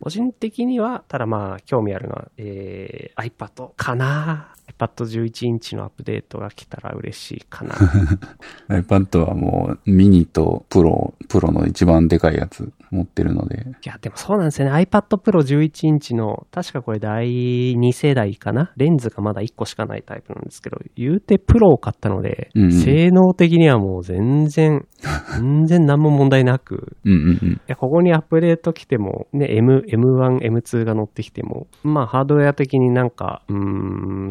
個人的には、ただまあ興味あるのは、えー iPad かな iPad 11インチのアップデートが来たら嬉しいか な。
iPad はもう、ミニとプロ、プロの一番でかいやつ持ってるので。
いや、でもそうなんですよね。iPad Pro 11インチの、確かこれ第2世代かなレンズがまだ1個しかないタイプなんですけど、言うて Pro を買ったので、
うんうん
性能的にはもう全然、全然何も問題なく、
うんうんうん。
いや、ここにアップデート来ても、ね、M、M1、M2 が乗ってきても、まあ、ハードウェア的になんか、うー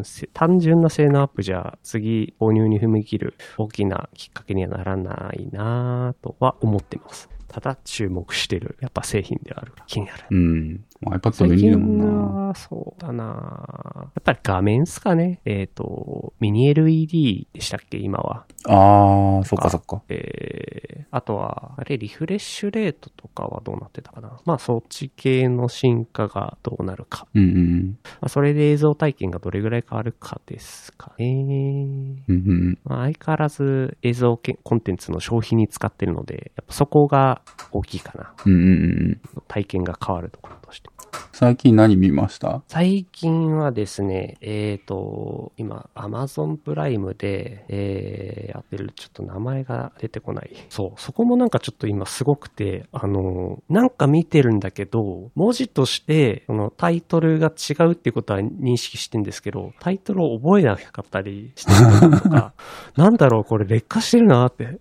ん、せ単純な性能アップじゃ、次、購入に踏み切る大きなきっかけにはならないなぁとは思ってます。ただ、注目してる、やっぱ製品ではある。気になる。
うん。まあ iPad
最
便利
近
だもんな。
は、そうだなぁやっぱり画面っすかね。えっ、と、ミニ LED でしたっけ、今は。
ああ、そっかそっか。
えー、あとは、あれ、リフレッシュレートとかはどうなってたかな。まあ、そっち系の進化がどうなるか。
うんうん
まあ、それで映像体験がどれぐらい変わるかですかね。
うん。うんうん
まあ、相変わらず映像けコンテンツの消費に使ってるので、やっぱそこが大きいかな。
うん。うんうんうん。
体験が変わるところとして。
最近何見ました
最近はですね、えっ、と、今、アマゾンプライムで、えー、やってる、ちょっと名前が出てこない。そう、そこもなんかちょっと今すごくて、あの、なんか見てるんだけど、文字として、そのタイトルが違うっていうことは認識してんですけど、タイトルを覚えなかったりしてるとか、なんだろう、これ劣化してるなって。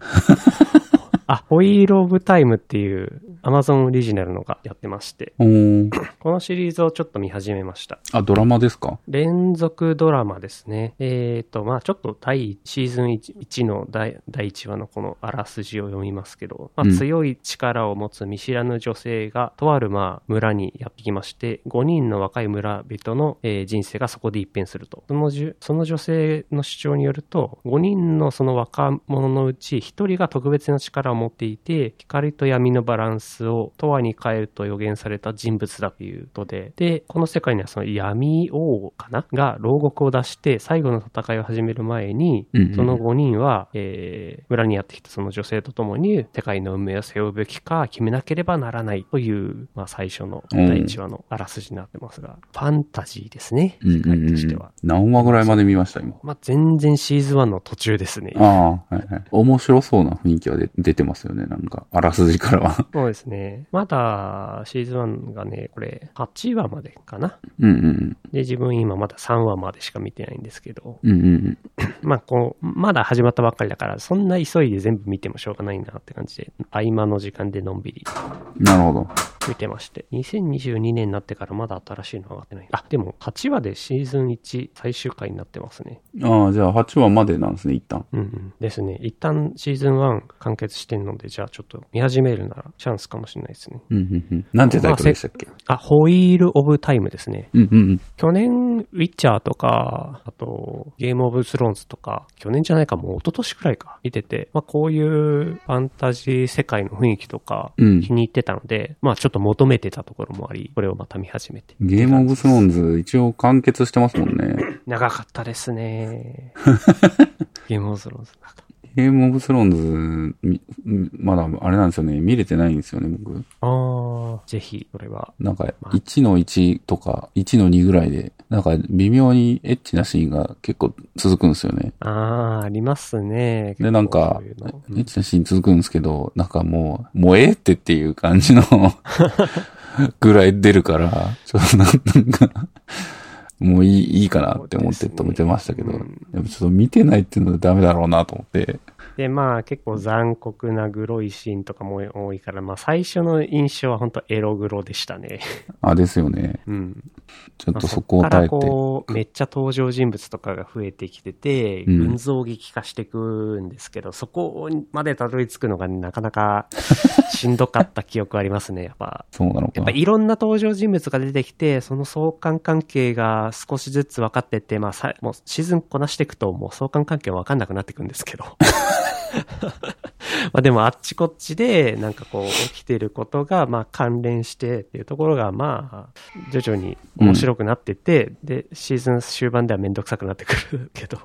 あ、ホイールオブタイムっていう、アマゾンオリジナルのがやってまして、
おー。
このシリーズをちょっと見始めました。
あ、ドラマですか
連続ドラマですね。えっ、と、まあちょっと第シーズン 1, の第第1話のこのあらすじを読みますけど、まあ
うん
強い力を持つ見知らぬ女性が、とあるまあ村にやってきまして、5人の若い村人の、えー人生がそこで一変すると。そのじゅその女性の主張によると、5人のその若者のうち1人が特別な力を持っていて、光と闇のバランスを永遠に変えると予言された人物だということで、で、この世界にはその闇王かなが牢獄を出して最後の戦いを始める前に、
うんうん
その5人は、えー村にやってきたその女性と共に世界の運命を背負うべきか決めなければならないという、まあ最初の
うん
第1話のあらすじになってますが、ファンタジーですね、
うん
世
うん
界
う
と
ん
しては。。
何話ぐらいまで見ました今。
まあ全然シーズン1の途中ですね。
ああ、はいはい。面白そうな雰囲気は出出ててますよね、なんか。あらすじからは。
そうですね。まだ、シーズン1がね、これ、8話までかな。
うんうん
で、自分今まだ3話までしか見てないんですけど、
うん。うんうん
まあ、こう、まだ始まったばっかりだから、そんな急いで全部見てもしょうがないなって感じで、合間の時間でのんびり
うん。なるほど。
見てまして。2022年になってからまだ新しいの上がってない。あ、でも8話でシーズン1最終回になってますね。
ああ、じゃあ8話までなんですね、一旦。
うんうん。ですね。一旦シーズン1完結してんので、じゃあちょっと見始めるならチャンスかもしれないですね。
うんうんうん。なんてタイトルでしたっけ
あ、ホイール・オブ・タイムですね。
うんうん
去年、ウィッチャーとか、あと、ゲーム・オブ・スローンズとか、去年じゃないか、もう一昨年くらいか、見てて、まあこういうファンタジー世界の雰囲気とか、
うん。うん
気。に入ってたので、まあちょっと求めてたところもあり、これをまた見始めて。
ゲームオブスローンズ、一応完結してますもんね。
長かったです ね。ゲーム・オブ・スローンズなんか。
ゲームオブスローンズみ、みまだあれなんですよね、見れてないんですよね、僕。
ああ、ぜひ、これは。
なんか、1の1とか、1の2ぐらいで、なんか微妙にエッチなシーンが結構続くんですよね。
ああー、ありますね。
で、なんか
結構そう
エ
いう、の
ッチなシーン続くんですけど、なんかもう、もうええってっていう感じの、 ぐらい出るから、ちょっとなんか、もういい、いいかなって思って止めてましたけど、
そう
や
ですね
っぱちょっと見てないっていうのはダメだろうなと思って、
で、まあ結構残酷なグロいシーンとかも多いから、まあ最初の印象は本当エログロでしたね。
あ、ですよね。
うん。
ちょっ
まあ
とそこを
っか
耐
ら
えて。
こう、めっちゃ登場人物とかが増えてきてて、
うん
群像劇化していくんですけど、そこまでたどり着くのがなかなかしんどかった記憶ありますね、やっぱ。
そうなの
や
か
っぱ。いろんな登場人物が出てきて、その相関関係が少しずつ分かってって、まあさ、もうシーズンこなしていくと、もう相関関係は分かんなくなっていくんですけど。まあでもあっちこっちで、なんかこう、起きてることが、まあ関連してっていうところが、まあ、徐々に面白くなってって、で、シーズン終盤ではめんどくさくなってくるけど、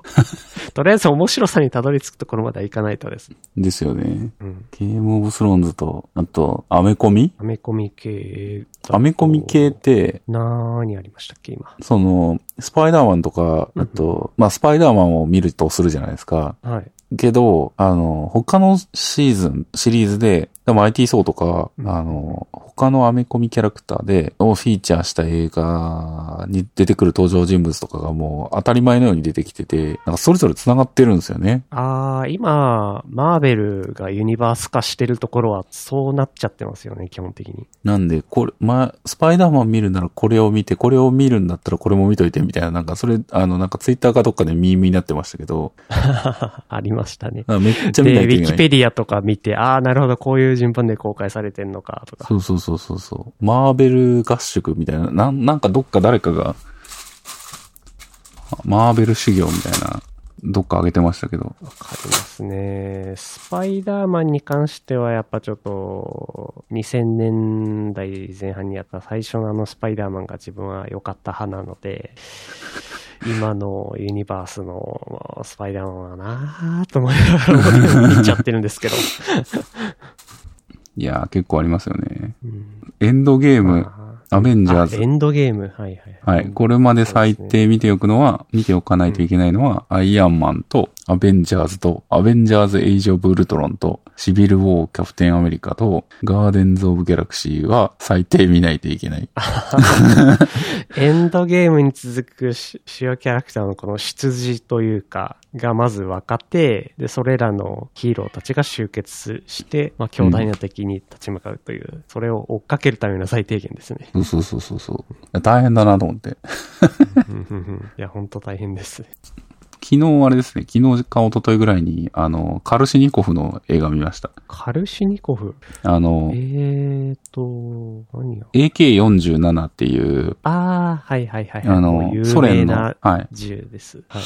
とりあえず面白さにたどり着くところまではいかないとです。
ですよね。
うん。
ゲームオブスローンズと、あと、アメコミ
アメコミ系だと。
アメコミ系って、
なーにありましたっけ、今。
その、スパイダーマンとか、
うんう
あ
ん
と、まあ、スパイダーマンを見るとするじゃないですか。
はい。
けど、あの、他のシーズン、シリーズで、でも IT 層とか、
うん
あの、他のアメコミキャラクターで、をフィーチャーした映画に出てくる登場人物とかがもう当たり前のように出てきてて、なんかそれぞれ繋がってるんですよね。
ああ、今、マーベルがユニバース化してるところは、そうなっちゃってますよね、基本 的に。
なんで、これ、まあ、スパイダーマン見るならこれを見て、これを見るんだったらこれも見といてみたいな、なんかそれ、あの、なんかツイッターかどっかでミームになってましたけど、
ありましたね。
あめっちゃ見な
で、
い
ウ
とい
ィ
け
キ
ない。
ペディアとか見て、ああ、なるほど、こういう順番で公開されてんのか、とか。
そうそうそうそうそう。マーベル合宿みたいな、なん、なんかどっか誰かが、マーベル修行みたいな、どっか上げてましたけど。
わかりますね。スパイダーマンに関しては、やっぱちょっと、2000年代前半にやった最初のあのスパイダーマンが自分は良かった派なので、今のユニバースのスパイダーマンはなぁと思いながら見ちゃってるんですけど。
いやー、結構ありますよね。
うん
エンドゲーム、
あ
アベンジャー
ーエ
ズ。
ンドゲーム、はいはい。
はい。これまで最低見ておくのは、見ておかないといけないのは、アイアンマンと、アベンジャーズと、アベンジャーズ・エイジ・オブ・ウルトロンと、シビル・ウォー・キャプテン・アメリカと、ガーデンズ・オブ・ギャラクシーは最低見ないといけない。
エンドゲームに続くし主要キャラクターのこの出自というか、がまず分かって、で、それらのヒーローたちが集結して、まあ、強大な敵に立ち向かうという、それを追っかけるための最低限
。
ですね
そうそうそうそうそう。大変だなと思って。
うんうんうんいや、ほんと大変です。
昨日あれですね、昨日か一昨日ぐらいに、あの、カルシニコフの映画見ました。
カルシニコフ。
あ
え
の、
ーと、何が
AK47 っていう、
あー、はいはいはい、はい。
あ
もう有
の、ソ
名
連の
な、
はい、
銃です。はい。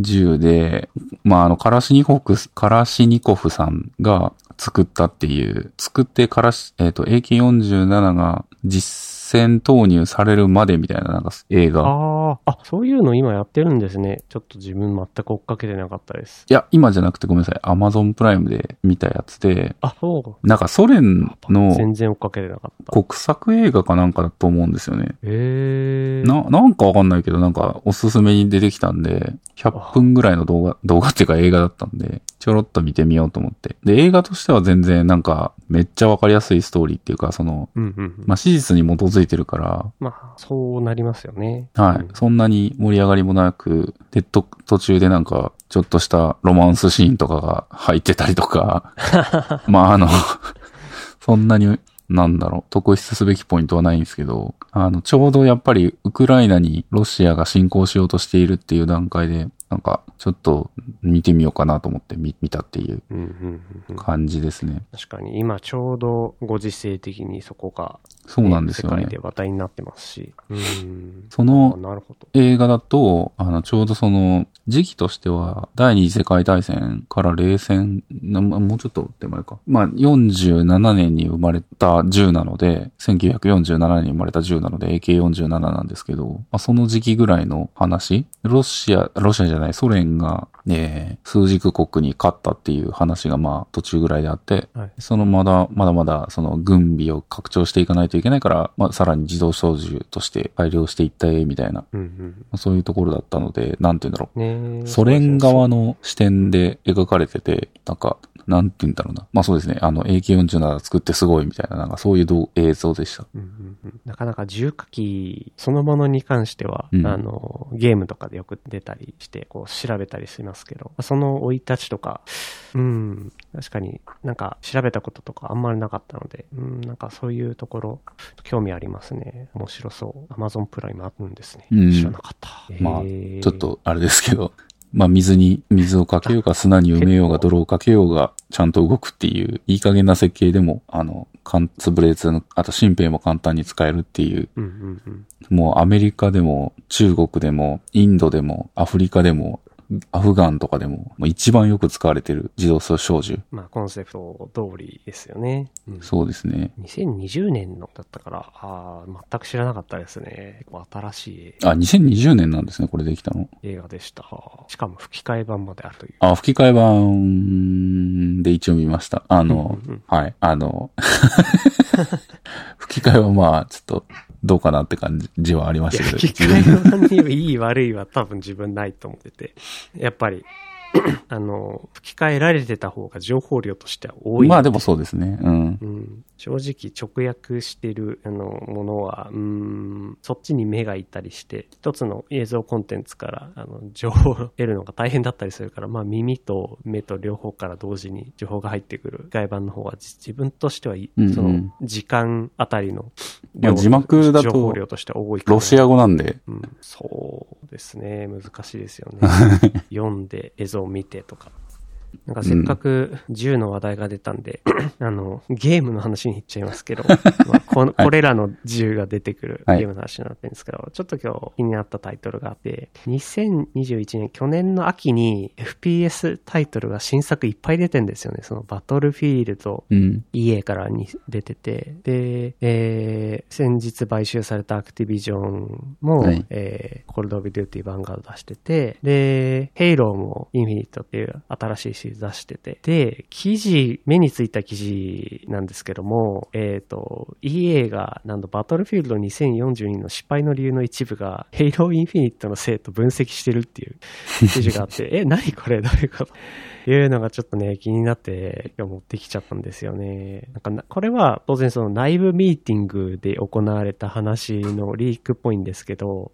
銃で、まあ、あの、カラシニコフ、カラシニコフさんが作ったっていう、作ってカラシ、えっ、と、AK47 が実戦投入されるまでみたいな、なんか映画。
ああ、あ、そういうの今やってるんですね。ちょっと自分全く追っかけてなかったです。
いや、今じゃなくてごめんなさい。アマゾンプライムで見たやつで、
あ、そう。
なんかソ連の、
全然追っかけてなかった。
国策映画かなんかだと思うんですよね。
ええ
な、なんかわかんないけど、なんかおすすめに出てきたんで、100分ぐらいの動画、動画っていうか映画だったんで、ちょろっと見てみようと思って。で、映画としては全然なんか、めっちゃわかりやすいストーリーっていうか、その、
うんうん。
まあ、史実に基づいてるから、
まあ、そうなりますよね。
はい。
うん
そんなに盛り上がりもなく、で、と、途中でなんか、ちょっとしたロマンスシーンとかが入ってたりと か、まあ、あの、そんなに、なんだろう、特筆すべきポイントはないんですけど、あの、ちょうどやっぱりウクライナにロシアが侵攻しようとしているっていう段階で、なんか、ちょっと見てみようかなと思って見見たっていう
うんうんうんうん。
感じですね。
確かに、今ちょうどご時世的にそこが、
そうなんですよ
世
ね
界で。話題になってますし。うん。
そ
あ
の、
なるほど。
映画だと、あの、ちょうどその、時期としては、第二次世界大戦から冷戦、なまもうちょっと手前か。まあ、47年に生まれた銃なので、1947年に生まれた銃なので AK47 なんですけど、まあ、その時期ぐらいの話、ロシア、ロシアじゃない、ソ連が、えー、数軸国に勝ったっていう話が、まあ、途中ぐらいであって、
はい
そのまだ、まだまだ、その軍備を拡張していかないといけないから、まあ、さらに自動小銃として改良していったえ、みたいな
うんうん。
そういうところだったので、なんて言うんだろ
ねえ
う。ソ連側の視点で描かれてて、なんか、なんて言うんだろうな。まあそうですね。あの、AK47 作ってすごいみたいな、なんかそういうど映像でした。
うんうんうんなかなか重火器そのものに関しては、
うん
あの、ゲームとかでよく出たりして、こう調べたりしますけど、その生い立ちとか、うん、確かになんか調べたこととかあんまりなかったので、うん、なんかそういうところ、興味ありますね。面白そう。Amazon プライムあるんですね。
うん
知らなかった。
まあ
へー
ちょっ。と、あれですけど。まあ水に、水をかけようが砂に埋めようが泥をかけようが、ちゃんと動くっていう、いい加減な設計でも、あの、かん潰れず、あと新兵も簡単に使えるっていう、
うんうんうん。
もうアメリカでも、中国でも、インドでも、アフリカでも、アフガンとかでも、もう一番よく使われてる自動小銃。
まあコンセプト通りですよね。うん
そうですね。
2020年のだったから、ああ、全く知らなかったですね。結構新しい
あ、2020年なんですね、これできたの。
映画でした。しかも吹き替え版まであるという。
あ、吹き替え版で一応見ました。あの、
うんうん
はい、あの、 吹き替えはまあ、ちょっと、どうかなって感じはありましたけど。
吹き替え版にいい悪いは多分自分ないと思ってて。やっぱり、 あの、吹き替えられてた方が情報量としては多い。
まあでもそうですね。うん。
うん、正直直訳してるあのものは、うん、そっちに目がいったりして、一つの映像コンテンツからあの情報を得るのが大変だったりするから、まあ耳と目と両方から同時に情報が入ってくる吹き替え版の方がじ自分としてはい
うんうん
その時間あたりの
まあ字幕だと
情報量としては多いかな
ロシア語なんで、
うん、そうですね。難しいですよね。読んで、映像を見てとか。なんかせっかく銃の話題が出たんで、あの、ゲームの話に行っちゃいますけど、まあこのこれらの銃が出てくるゲ
はい
ームの話になってるんですけど、ちょっと今日気になったタイトルがあって、2021年、去年の秋に FPS タイトルが新作いっぱい出てんですよね。そのバトルフィールド、
うん。
EA からに出てて、で、えー先日買収されたアクティビジョンも、
はい
えー、コールドオブデューティーバンガード出してて、で、ヘイローもインフィニットっていう新しいシリーズ出してて、で、記事、目についた記事なんですけども、えっ、と、EA が、なんとバトルフィールド2042の失敗の理由の一部が、ヘイローインフィニットのせいと分析してるっていう記事があって、 え、何これどういうこというのがちょっとね、気になって今日持ってきちゃったんですよね。なんかなこれは当然その内部ミーティングで行われた話のリークっぽいんですけど、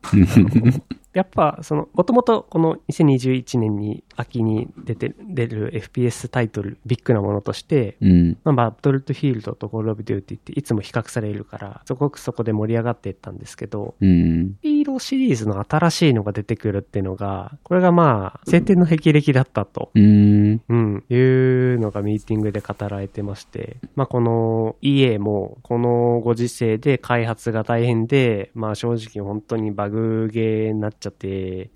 やっぱその、もともとこの2021年に秋に出て、出る FPS タイトル、ビッグなものとして、
うん。
まあ、バトルトフィールドとコールオブデューティっていつも比較されるから、すごくそこで盛り上がっていったんですけど、
うん。
ヒーローシリーズの新しいのが出てくるっていうのが、これがまあ、晴天の霹靂だったと
うん。
うん、いうのがミーティングで語られてまして、まあ、この EA も、このご時世で開発が大変で、まあ、正直本当にバグゲーになっちゃ って、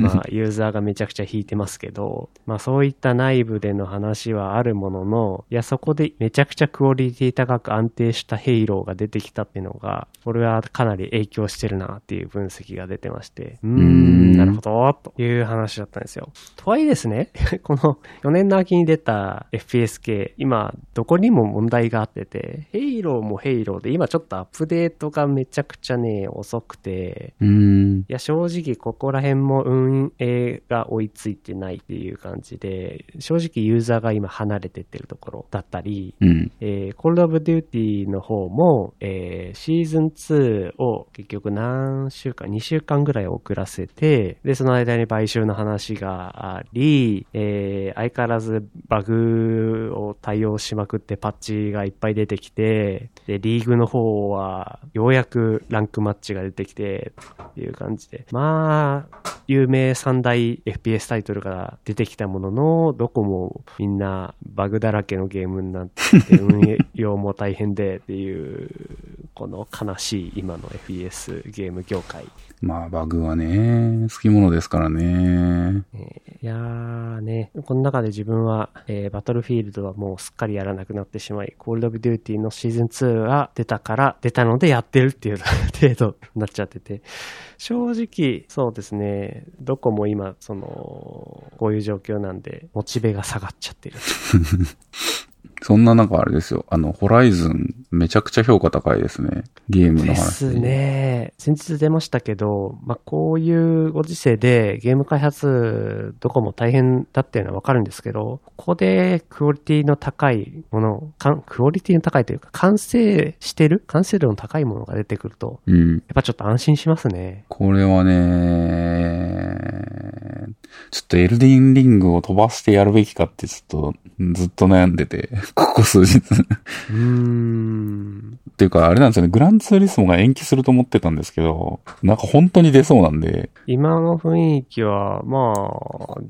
まあ、ユーザーがめちゃくちゃ引いてますけど、まあ、そういった内部での話はあるものの、いや、そこでめちゃくちゃクオリティ高く安定したヘイローが出てきたっていうのが、これはかなり影響してるなっていう分析が出てまして、うーん、なるほど、という話だったんですよ。とはいえですね、 この4年の秋に出た FPS 系、今、どこにも問題があってて、ヘイローもヘイローで、今ちょっとアップデートがめちゃくちゃね、遅くて、
うん。
いや、正直ここら辺も運営が追いついてないっていう感じで、正直ユーザーが今離れてってるところだったり、
うん。
えー、コールドオブデューティーの方も、えー、シーズン2を結局何週間、2週間ぐらい遅らせて、で、その間に買収の話があり、えー、相変わらずバグを対応しまくってパッチがいっぱい出てきて、で、リーグの方はようやくランクマッチが出てきて、っていう感じで。まあ、有名三大 FPS タイトルが出てきたものの、どこもみんなバグだらけのゲームになって、運用も大変でっていう、この悲しい今の FPS ゲーム業界。
まあ、バグはね、好きものですからね。
えーいやーね、この中で自分は、えーバトルフィールドはもうすっかりやらなくなってしまい、コールドオブデューティーのシーズン2が出たから、出たのでやってるっていう程度になっちゃってて、正直、そうですね、どこも今、その、こういう状況なんで、モチベが下がっちゃってる。
そんな中あれですよ。あの、ホライズン、めちゃくちゃ評価高いですね。ゲームの
で
話。
す。ね。先日出ましたけど、まあ、こういうご時世でゲーム開発どこも大変だっていうのはわかるんですけど、ここでクオリティの高いもの、かんクオリティの高いというか、完成してる完成度の高いものが出てくると、
うん。
やっぱちょっと安心しますね。
これはね、ちょっとエルディンリングを飛ばしてやるべきかってちょっとずっと悩んでて、 ここ数日。っ
うーん。
ていうか、あれなんですよね、グランツーリスモが延期すると思ってたんですけど、なんか本当に出そうなんで、
今の雰囲気は、まあ、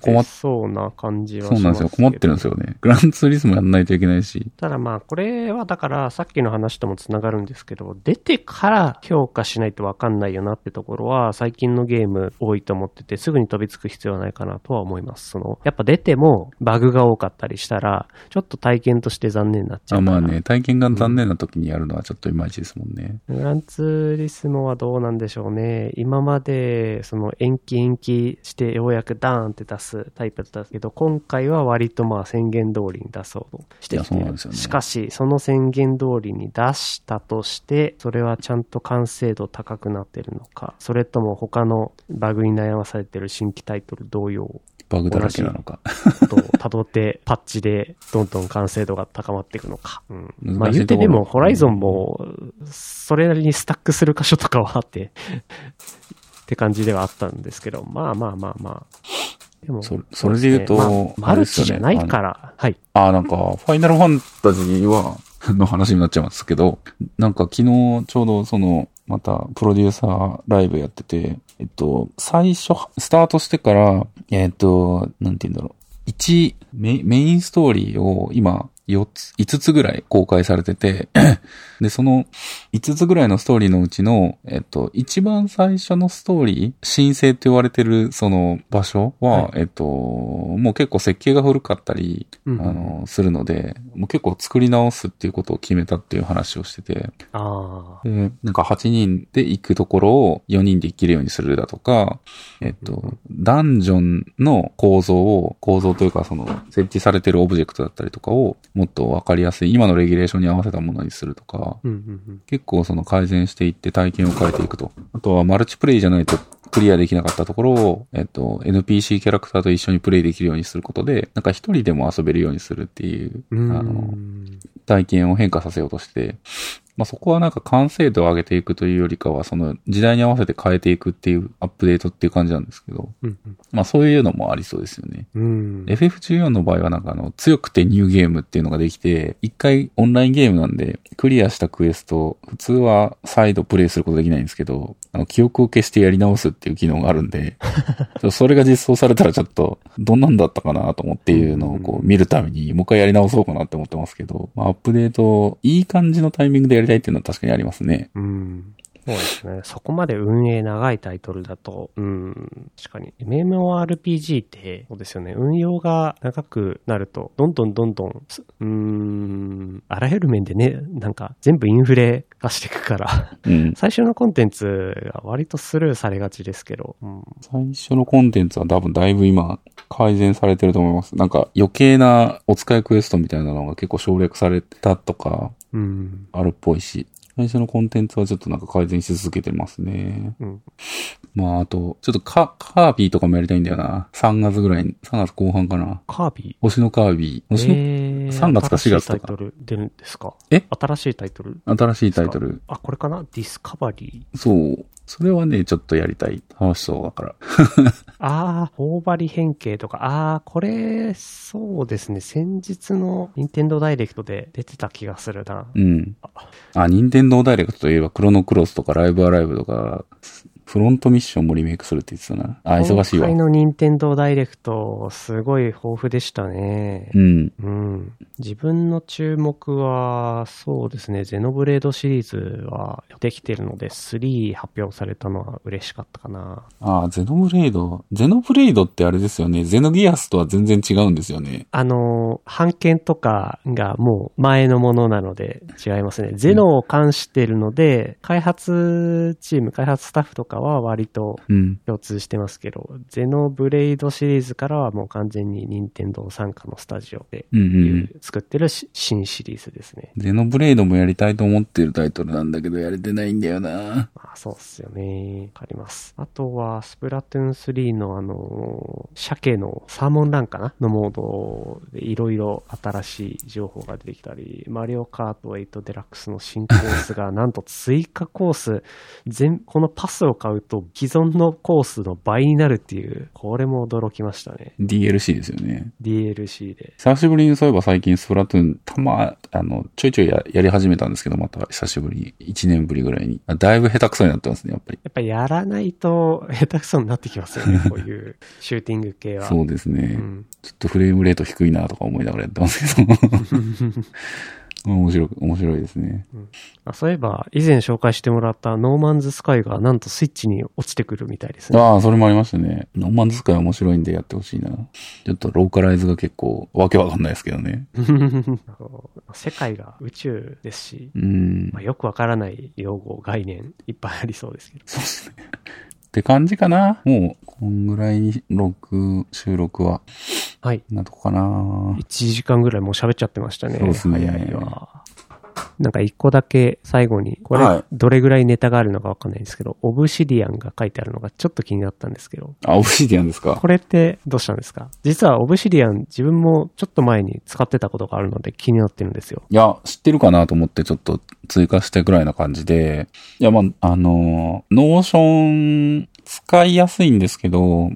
困っ
出そうな感じはし
そ
ま
う
す
なんですよ、困ってるんですよね。グランツーリスモやんないといけないし、
ただまあ、これはだから、さっきの話ともつながるんですけど、出てから評価しないとわかんないよなってところは、最近のゲーム多いと思ってて、すぐに飛びつく必要はないかなとは思います。その、やっぱ出てもバグが多かったりしたら、ちょっと体験として残念になっちゃ
あ
うか
ま
ら。
あね、体験が残念な時にやるのはちょっといまいちですもんね。
グランツーリスモはどうなんでしょうね。今まで、その延期延期してようやくダーンって出すタイプだったけど、今回は割とまあ宣言通りに出そうとしてきて
いやそうなんですよね
しかし、その宣言通りに出したとして、それはちゃんと完成度高くなってるのか、それとも他のバグに悩まされてる新規タイトル同様、
バグだらけなのか。
と辿って、パッチでどんどん完成度が高まっていくのか。うん。
難しい
まあ言うてで
ところ
も、
だ
ホライゾンも、それなりにスタックする箇所とかはあって、 って感じではあったんですけど、まあまあまあまあ。でも、
そそれで言うと
そですねまあ
あ
マ
れで
ル
すよ
チ
ね
じゃないから、はい。
あ、なんか、ファイナルファンタジーは、 の話になっちゃいますけど、なんか昨日ちょうどその、またプロデューサーライブやってて、えっと、最初、スタートしてから、えっと、なんて言うんだろう。1、メメインストーリーを今、4つ、5つぐらい公開されてて、で、その5つぐらいのストーリーのうちの、えっと、一番最初のストーリー、神聖と言われてるその場所は、
は
えっと、もう結構設計が古かったり、
うん
あの、するので、もう結構作り直すっていうことを決めたっていう話をしてて、
ああ。
で、なんか8人で行くところを4人で行けるようにするだとか、えっと、ダンジョンの構造を、構造というかその設置されてるオブジェクトだったりとかをもっとわかりやすい、今のレギュレーションに合わせたものにするとか、
うんうん
結構その改善していって体験を変えていくと。あとはマルチプレイじゃないとクリアできなかったところを、えっと、NPC キャラクターと一緒にプレイできるようにすることで、なんか一人でも遊べるようにするっていう、
うん。う
あの、
ん。
体験を変化させようとして、まあそこはなんか完成度を上げていくというよりかは、その時代に合わせて変えていくっていうアップデートっていう感じなんですけど、
うん
まあそういうのもありそうですよね。
うん。
FF14 の場合はなんかあの、強くてニューゲームっていうのができて、一回オンラインゲームなんで、クリアしたクエスト、普通は再度プレイすることできないんですけど、あの、記憶を消してやり直すっていう機能があるんで、ちょっとそれが実装されたらちょっと、どんなんだったかなと思っていうのをこう見るために、もう一回やり直そうかなって思ってますけど、まあ、アップデート、いい感じのタイミングでやりたいっていうのは確かにありますね。
うん。そうですね。そこまで運営長いタイトルだと、うん、確かに。MMORPG って、そうですよね。運用が長くなると、どんどんどんどん、すうん、あらゆる面でね、なんか全部インフレ化していくから、
うん。
最初のコンテンツが割とスルーされがちですけど、うん、
最初のコンテンツは多分だいぶ今改善されてると思います。なんか余計なお使いクエストみたいなのが結構省略されたとか
うん、
あるっぽいし。最初のコンテンツはちょっとなんか改善し続けてますね。
うん。
まあ、あと、ちょっとカ、カービィとかもやりたいんだよな。3月ぐらいに、3月後半かな。
カービ
星のカービィ。
ィ
星の、
えー
3月か4月とか
新しいタイトル出るんですか
え
新しいタイトル
新しいタイトル。
あ、これかなディスカバリー。
そう。それはね、ちょっとやりたい。楽しそうだから。
ああ、頬張り変形とか。ああ、これ、そうですね。先日の任天堂ダイレクトで出てた気がするな。
うん。あ、任天堂ダイレクトといえば、クロノクロスとかライブアライブとか、フロントミッションもリメイクするって言ってたな。あ、忙しいわ
今回。の任天堂ダイレクト、すごい豊富でしたね
う。ん。
うん。自分の注目は、そうですね。ゼノブレードシリーズはできてるので、3発表されたのは嬉しかったかな。
あ、ゼノブレイド。ゼノブレイドってあれですよね。ゼノギアスとは全然違うんですよね。
あの、版権とかがもう前のものなので違いますね。ゼノを関してるので、開発チーム、開発スタッフとかは割と
うん。
共通してますけど、ゼノブレイドシリーズからはもう完全に任天堂傘下のスタジオで
うんうんうん。
作ってるし新シリーズですね。
ゼノブレイドもやりたいと思ってるタイトルなんだけど、やれてないんだよな。
まあそうっすよね。わかります。あとは、スプラトゥーン3のあのー、鮭のサーモンランかなのモードでいろいろ新しい情報が出てきたり、マリオカート8デラックスの新コースが、なんと追加コース、全、このパスを買うと既存のコースの倍になるっていう、これも驚きましたね。
DLC ですよね。
DLC で。
久しぶりにそういえば最近スプラトゥーン、たま、あの、ちょいちょいややり始めたんですけど、また久しぶりに。1年ぶりぐらいに。あだいぶ下手くそになってますね、やっぱり。
やっぱやらないと下手くそになってきます よね、こういうシューティング系は。
そうですね。
うん
ちょっとフレームレート低いなとか思いながらやってますけど。面白く、面白いですね。
あそういえば、以前紹介してもらったノーマンズスカイがなんとスイッチに落ちてくるみたいですね。
ああ、それもありましたね。ノーマンズスカイ面白いんでやってほしいな。ちょっとローカライズが結構わけわかんないですけどね。
あの 世界が宇宙ですし、
うん
まあ、。よくわからない用語、概念いっぱいありそうですけど。
そうですね。って感じかな。もう、こんぐらいに録、収録は、
はい。
こんなとこかな。
1時間ぐらいもう喋っちゃってましたね。
そうですね
早いわ。なんか一個だけ最後に、これ
はい、
どれぐらいネタがあるのかわかんないんですけど、オブシディアンが書いてあるのがちょっと気になったんですけど、
あ、オブシディアンですか。
これってどうしたんですか実はオブシディアン自分もちょっと前に使ってたことがあるので気になってるんですよ。
いや、知ってるかなと思ってちょっと追加したぐらいな感じで。いや、まあ、あの、ノーション使いやすいんですけど、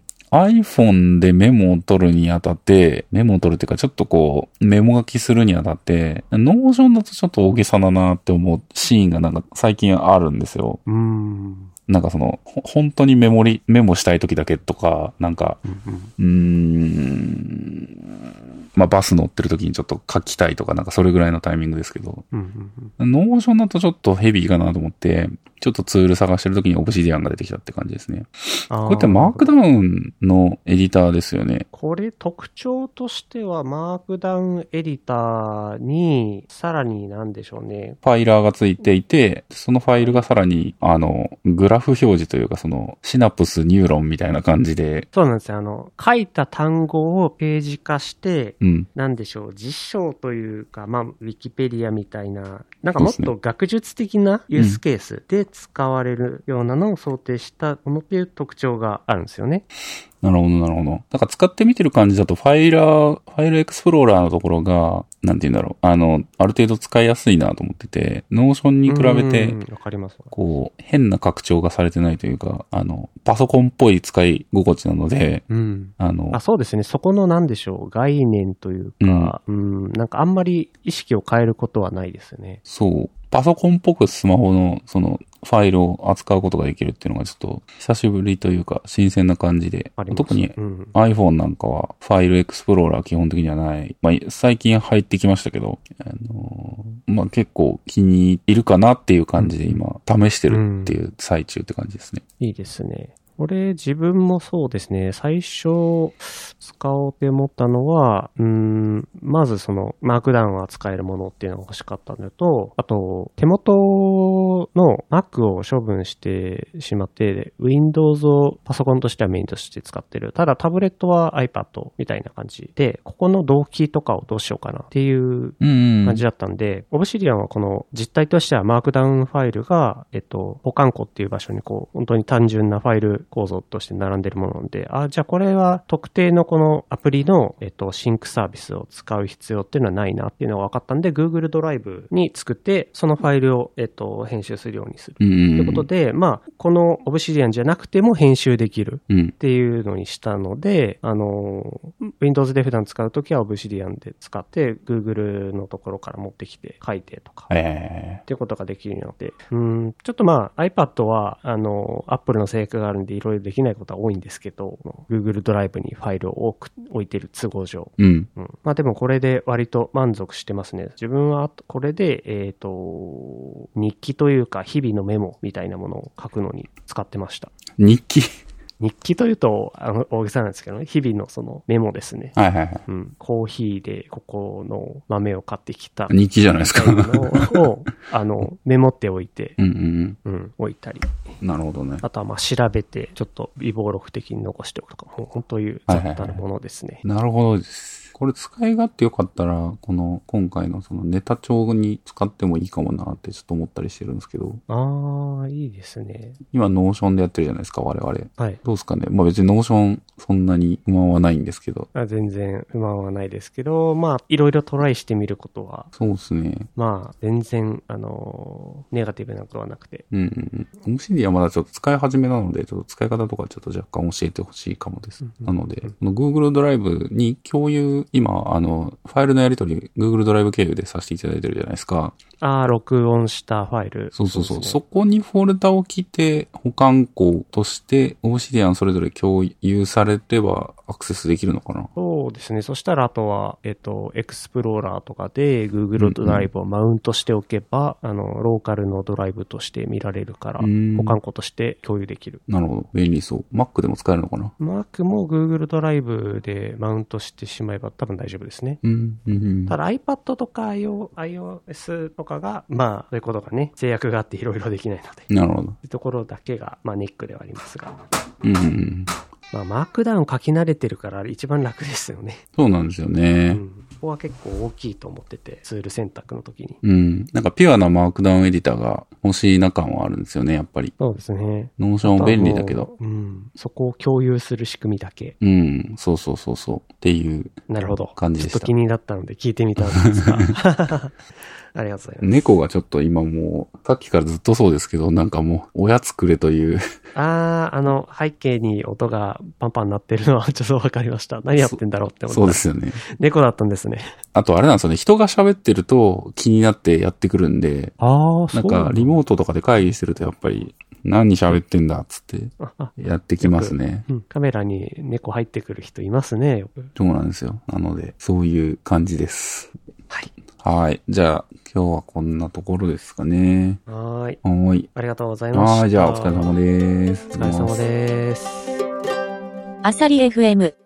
iPhone でメモを取るにあたって、メモを取るっていうか、ちょっとこう、メモ書きするにあたって、ノーションだとちょっと大げさだなって思うシーンがなんか最近あるんですよ。
うーん。
なんかその、ほ本当にメモリ、メモしたい時だけとか、なんか、
うんう
うー
ん
ん、まあバス乗ってる時にちょっと書きたいとか、なんかそれぐらいのタイミングですけど、
うんうんうん
ノーションだとちょっとヘビーかなと思って、ちょっとツール探してる時にオブシディアンが出てきたって感じですね。
あ
これってマーク
ダ
ダウンのエディターですよね。
これ特徴としては、マークダウンエディターに、さらになんでしょうね。
ファイラーがついていて、そのファイルがさらに、あの、グラフ表示というか、その、シナプスニューロンみたいな感じで、
そうなんですよ。あの、書いた単語をページ化して、
うん、
なんでしょう、辞書というか、まあ、ウィキペディアみたいな、なんかもっ
そうです
と学術的なユースケースで使われるようなのを想定した、このっていう特徴があるんですよね。
なるほど、なるほど。なんか使ってみてる感じだと、ファイラー、ファイルエクスプローラーのところが、なんて言うんだろう。あの、ある程度使いやすいなと思ってて、ノーションに比べて
うん、わかります。
こう、変な拡張がされてないというか、あの、パソコンっぽい使い心地なので、
うん。
あの
あ、そうですね。そこのなんでしょう、概念というか、うん、なんかあんまり意識を変えることはないですよね。
そう、パソコンっぽくスマホの、その、ファイルを扱うことができるっていうのがちょっと、久しぶりというか、新鮮な感じで
あり、ます
特に
うん。
iPhone なんかはファイルエクスプローラー基本的にはない。まあ、最近入ってきましたけど、あのーまあ、結構気に入るかなっていう感じで今試してるっていう最中って感じですね。
いいですね。これ自分もそうですね、最初使おうって思ったのは、うーん、まずそのマークダウンは使えるものっていうのが欲しかったのと、あと手元の Mac を処分してしまって、Windows をパソコンとしてはメインとして使ってる。ただタブレットは iPad みたいな感じで、ここの動機とかをどうしようかなっていう
うん
感じだったんで、オブシディアンはこの実態としてはマークダウンファイルが、えっと、保管庫っていう場所にこう、本当に単純なファイル構造として並んでるものなんで、あ、じゃあこれは特定のこのアプリの、えっと、シンクサービスを使う必要っていうのはないなっていうのが分かったんで、Google ドライブに作って、そのファイルを、えっと、編集するようにする。
うんうん。
ということで、まあ、このオブシディアンじゃなくても編集できる
うん
っ。ていうのにしたので、あの、Windows で普段使うときは Obsidian で使って、Google のところから持ってきて書いてとか。
え
っていうことができるようになって。うん、ちょっとまあ iPad は、あの、Apple の制約があるんでいろいろできないことは多いんですけど、Google ドライブにファイルを多く置いてる都合上。
えうん。
うん。まあでもこれで割と満足してますね。自分はこれで、えっ、と、日記というか日々のメモみたいなものを書くのに使ってました。
日記。
日記というとあの大げさなんですけどね、日々のそのメモですね。
はいはいはい。
うん、コーヒーでここの豆を買ってきたみ
日記じゃないです
た
か。
いなのを、あの、メモっておいて、
うんうん
うん、置いたり。
うん。なるほどね。
あとは、まあ、調べて、ちょっと微暴録的に残しておくとか、もう本当いう雑多なものですね。
なるほどです。これ使い勝手よかったら、この今回のそのネタ帳に使ってもいいかもなってちょっと思ったりしてるんですけど、
ああ、いいですね。
今ノーションでやってるじゃないですか、我々。
はい。
どうですかねまあ別にノーションそんなに不満はないんですけど。
あ全然不満はないですけど、まあ、いろいろトライしてみることは、
そうですね。
まあ、全然、あのネガティブなことはなくて、
うんうんうん。オムシディはまだちょっと使い始めなので、ちょっと使い方とかちょっと若干教えてほしいかもです。
うんうん
なので、この Google ドライブに共有、今、あの、ファイルのやり取り、Google ドライブ経由でさせていただいてるじゃないですか。
ああ、録音したファイル。
そうそうそう。
ですね
そこにフォルダを切って、保管庫として、オムシディアンそれぞれ共有されればアクセスできるのかな
そうですね。そしたら、あとは、えっと、エクスプローラーとかで Google ドライブをマウントしておけば、あの、ローカルのドライブとして見られるから
う、ん
保管庫として共有できる。
なるほど。便利そう。Mac でも使えるのかな
Mac も Google ドライブでマウントしてしまえば多分大丈夫ですね。
うん、うん、うん。
ただ iPad とか iO- iOS とかが、まあ、そういうことがね、制約があっていろいろできないので、と
なるほど。
いうところだけが、まあ、ネックではありますが。
うん、うんうん。
まあ、マークダウン書き慣れてるから一番楽ですよね。
そうなんですよ
う
ね。
ん。ここは結構大きいと思ってて、ツール選択の時に。
うん。なんかピュアなマークダウンエディターが欲しいな感はあるんですよね、やっぱり。
そうですね。
ノーションも便利だけど。
うん。そこを共有する仕組みだけ。
うん、そうそうそうそう。っていう。
なるほど。
感じでした
ちょっと気になったので聞いてみたんですが。 ありがとうございます。
猫がちょっと今もう、さっきからずっとそうですけど、なんかもう、おやつくれという。
あー、あの、背景に音がパンパン鳴ってるのはちょっとわかりました。何やってんだろうって
そ
思
うで
った。
すよね。
猫だったんですね。
あとあれなんですよね、人が喋ってると気になってやってくるんで、
あー、
なんかリモートとかで会議してるとやっぱり、何喋ってんだっつってやってきますね。
うん、カメラに猫入ってくる人いますね、よく。
そうなんですよ。なので、そういう感じです。
はい。
はい。じゃあ、今日はこんなところですかね。
はーい。
はーい。
ありがとうございました。
はい、じゃあお疲れ様です。
お疲れ様です。
アサリ FM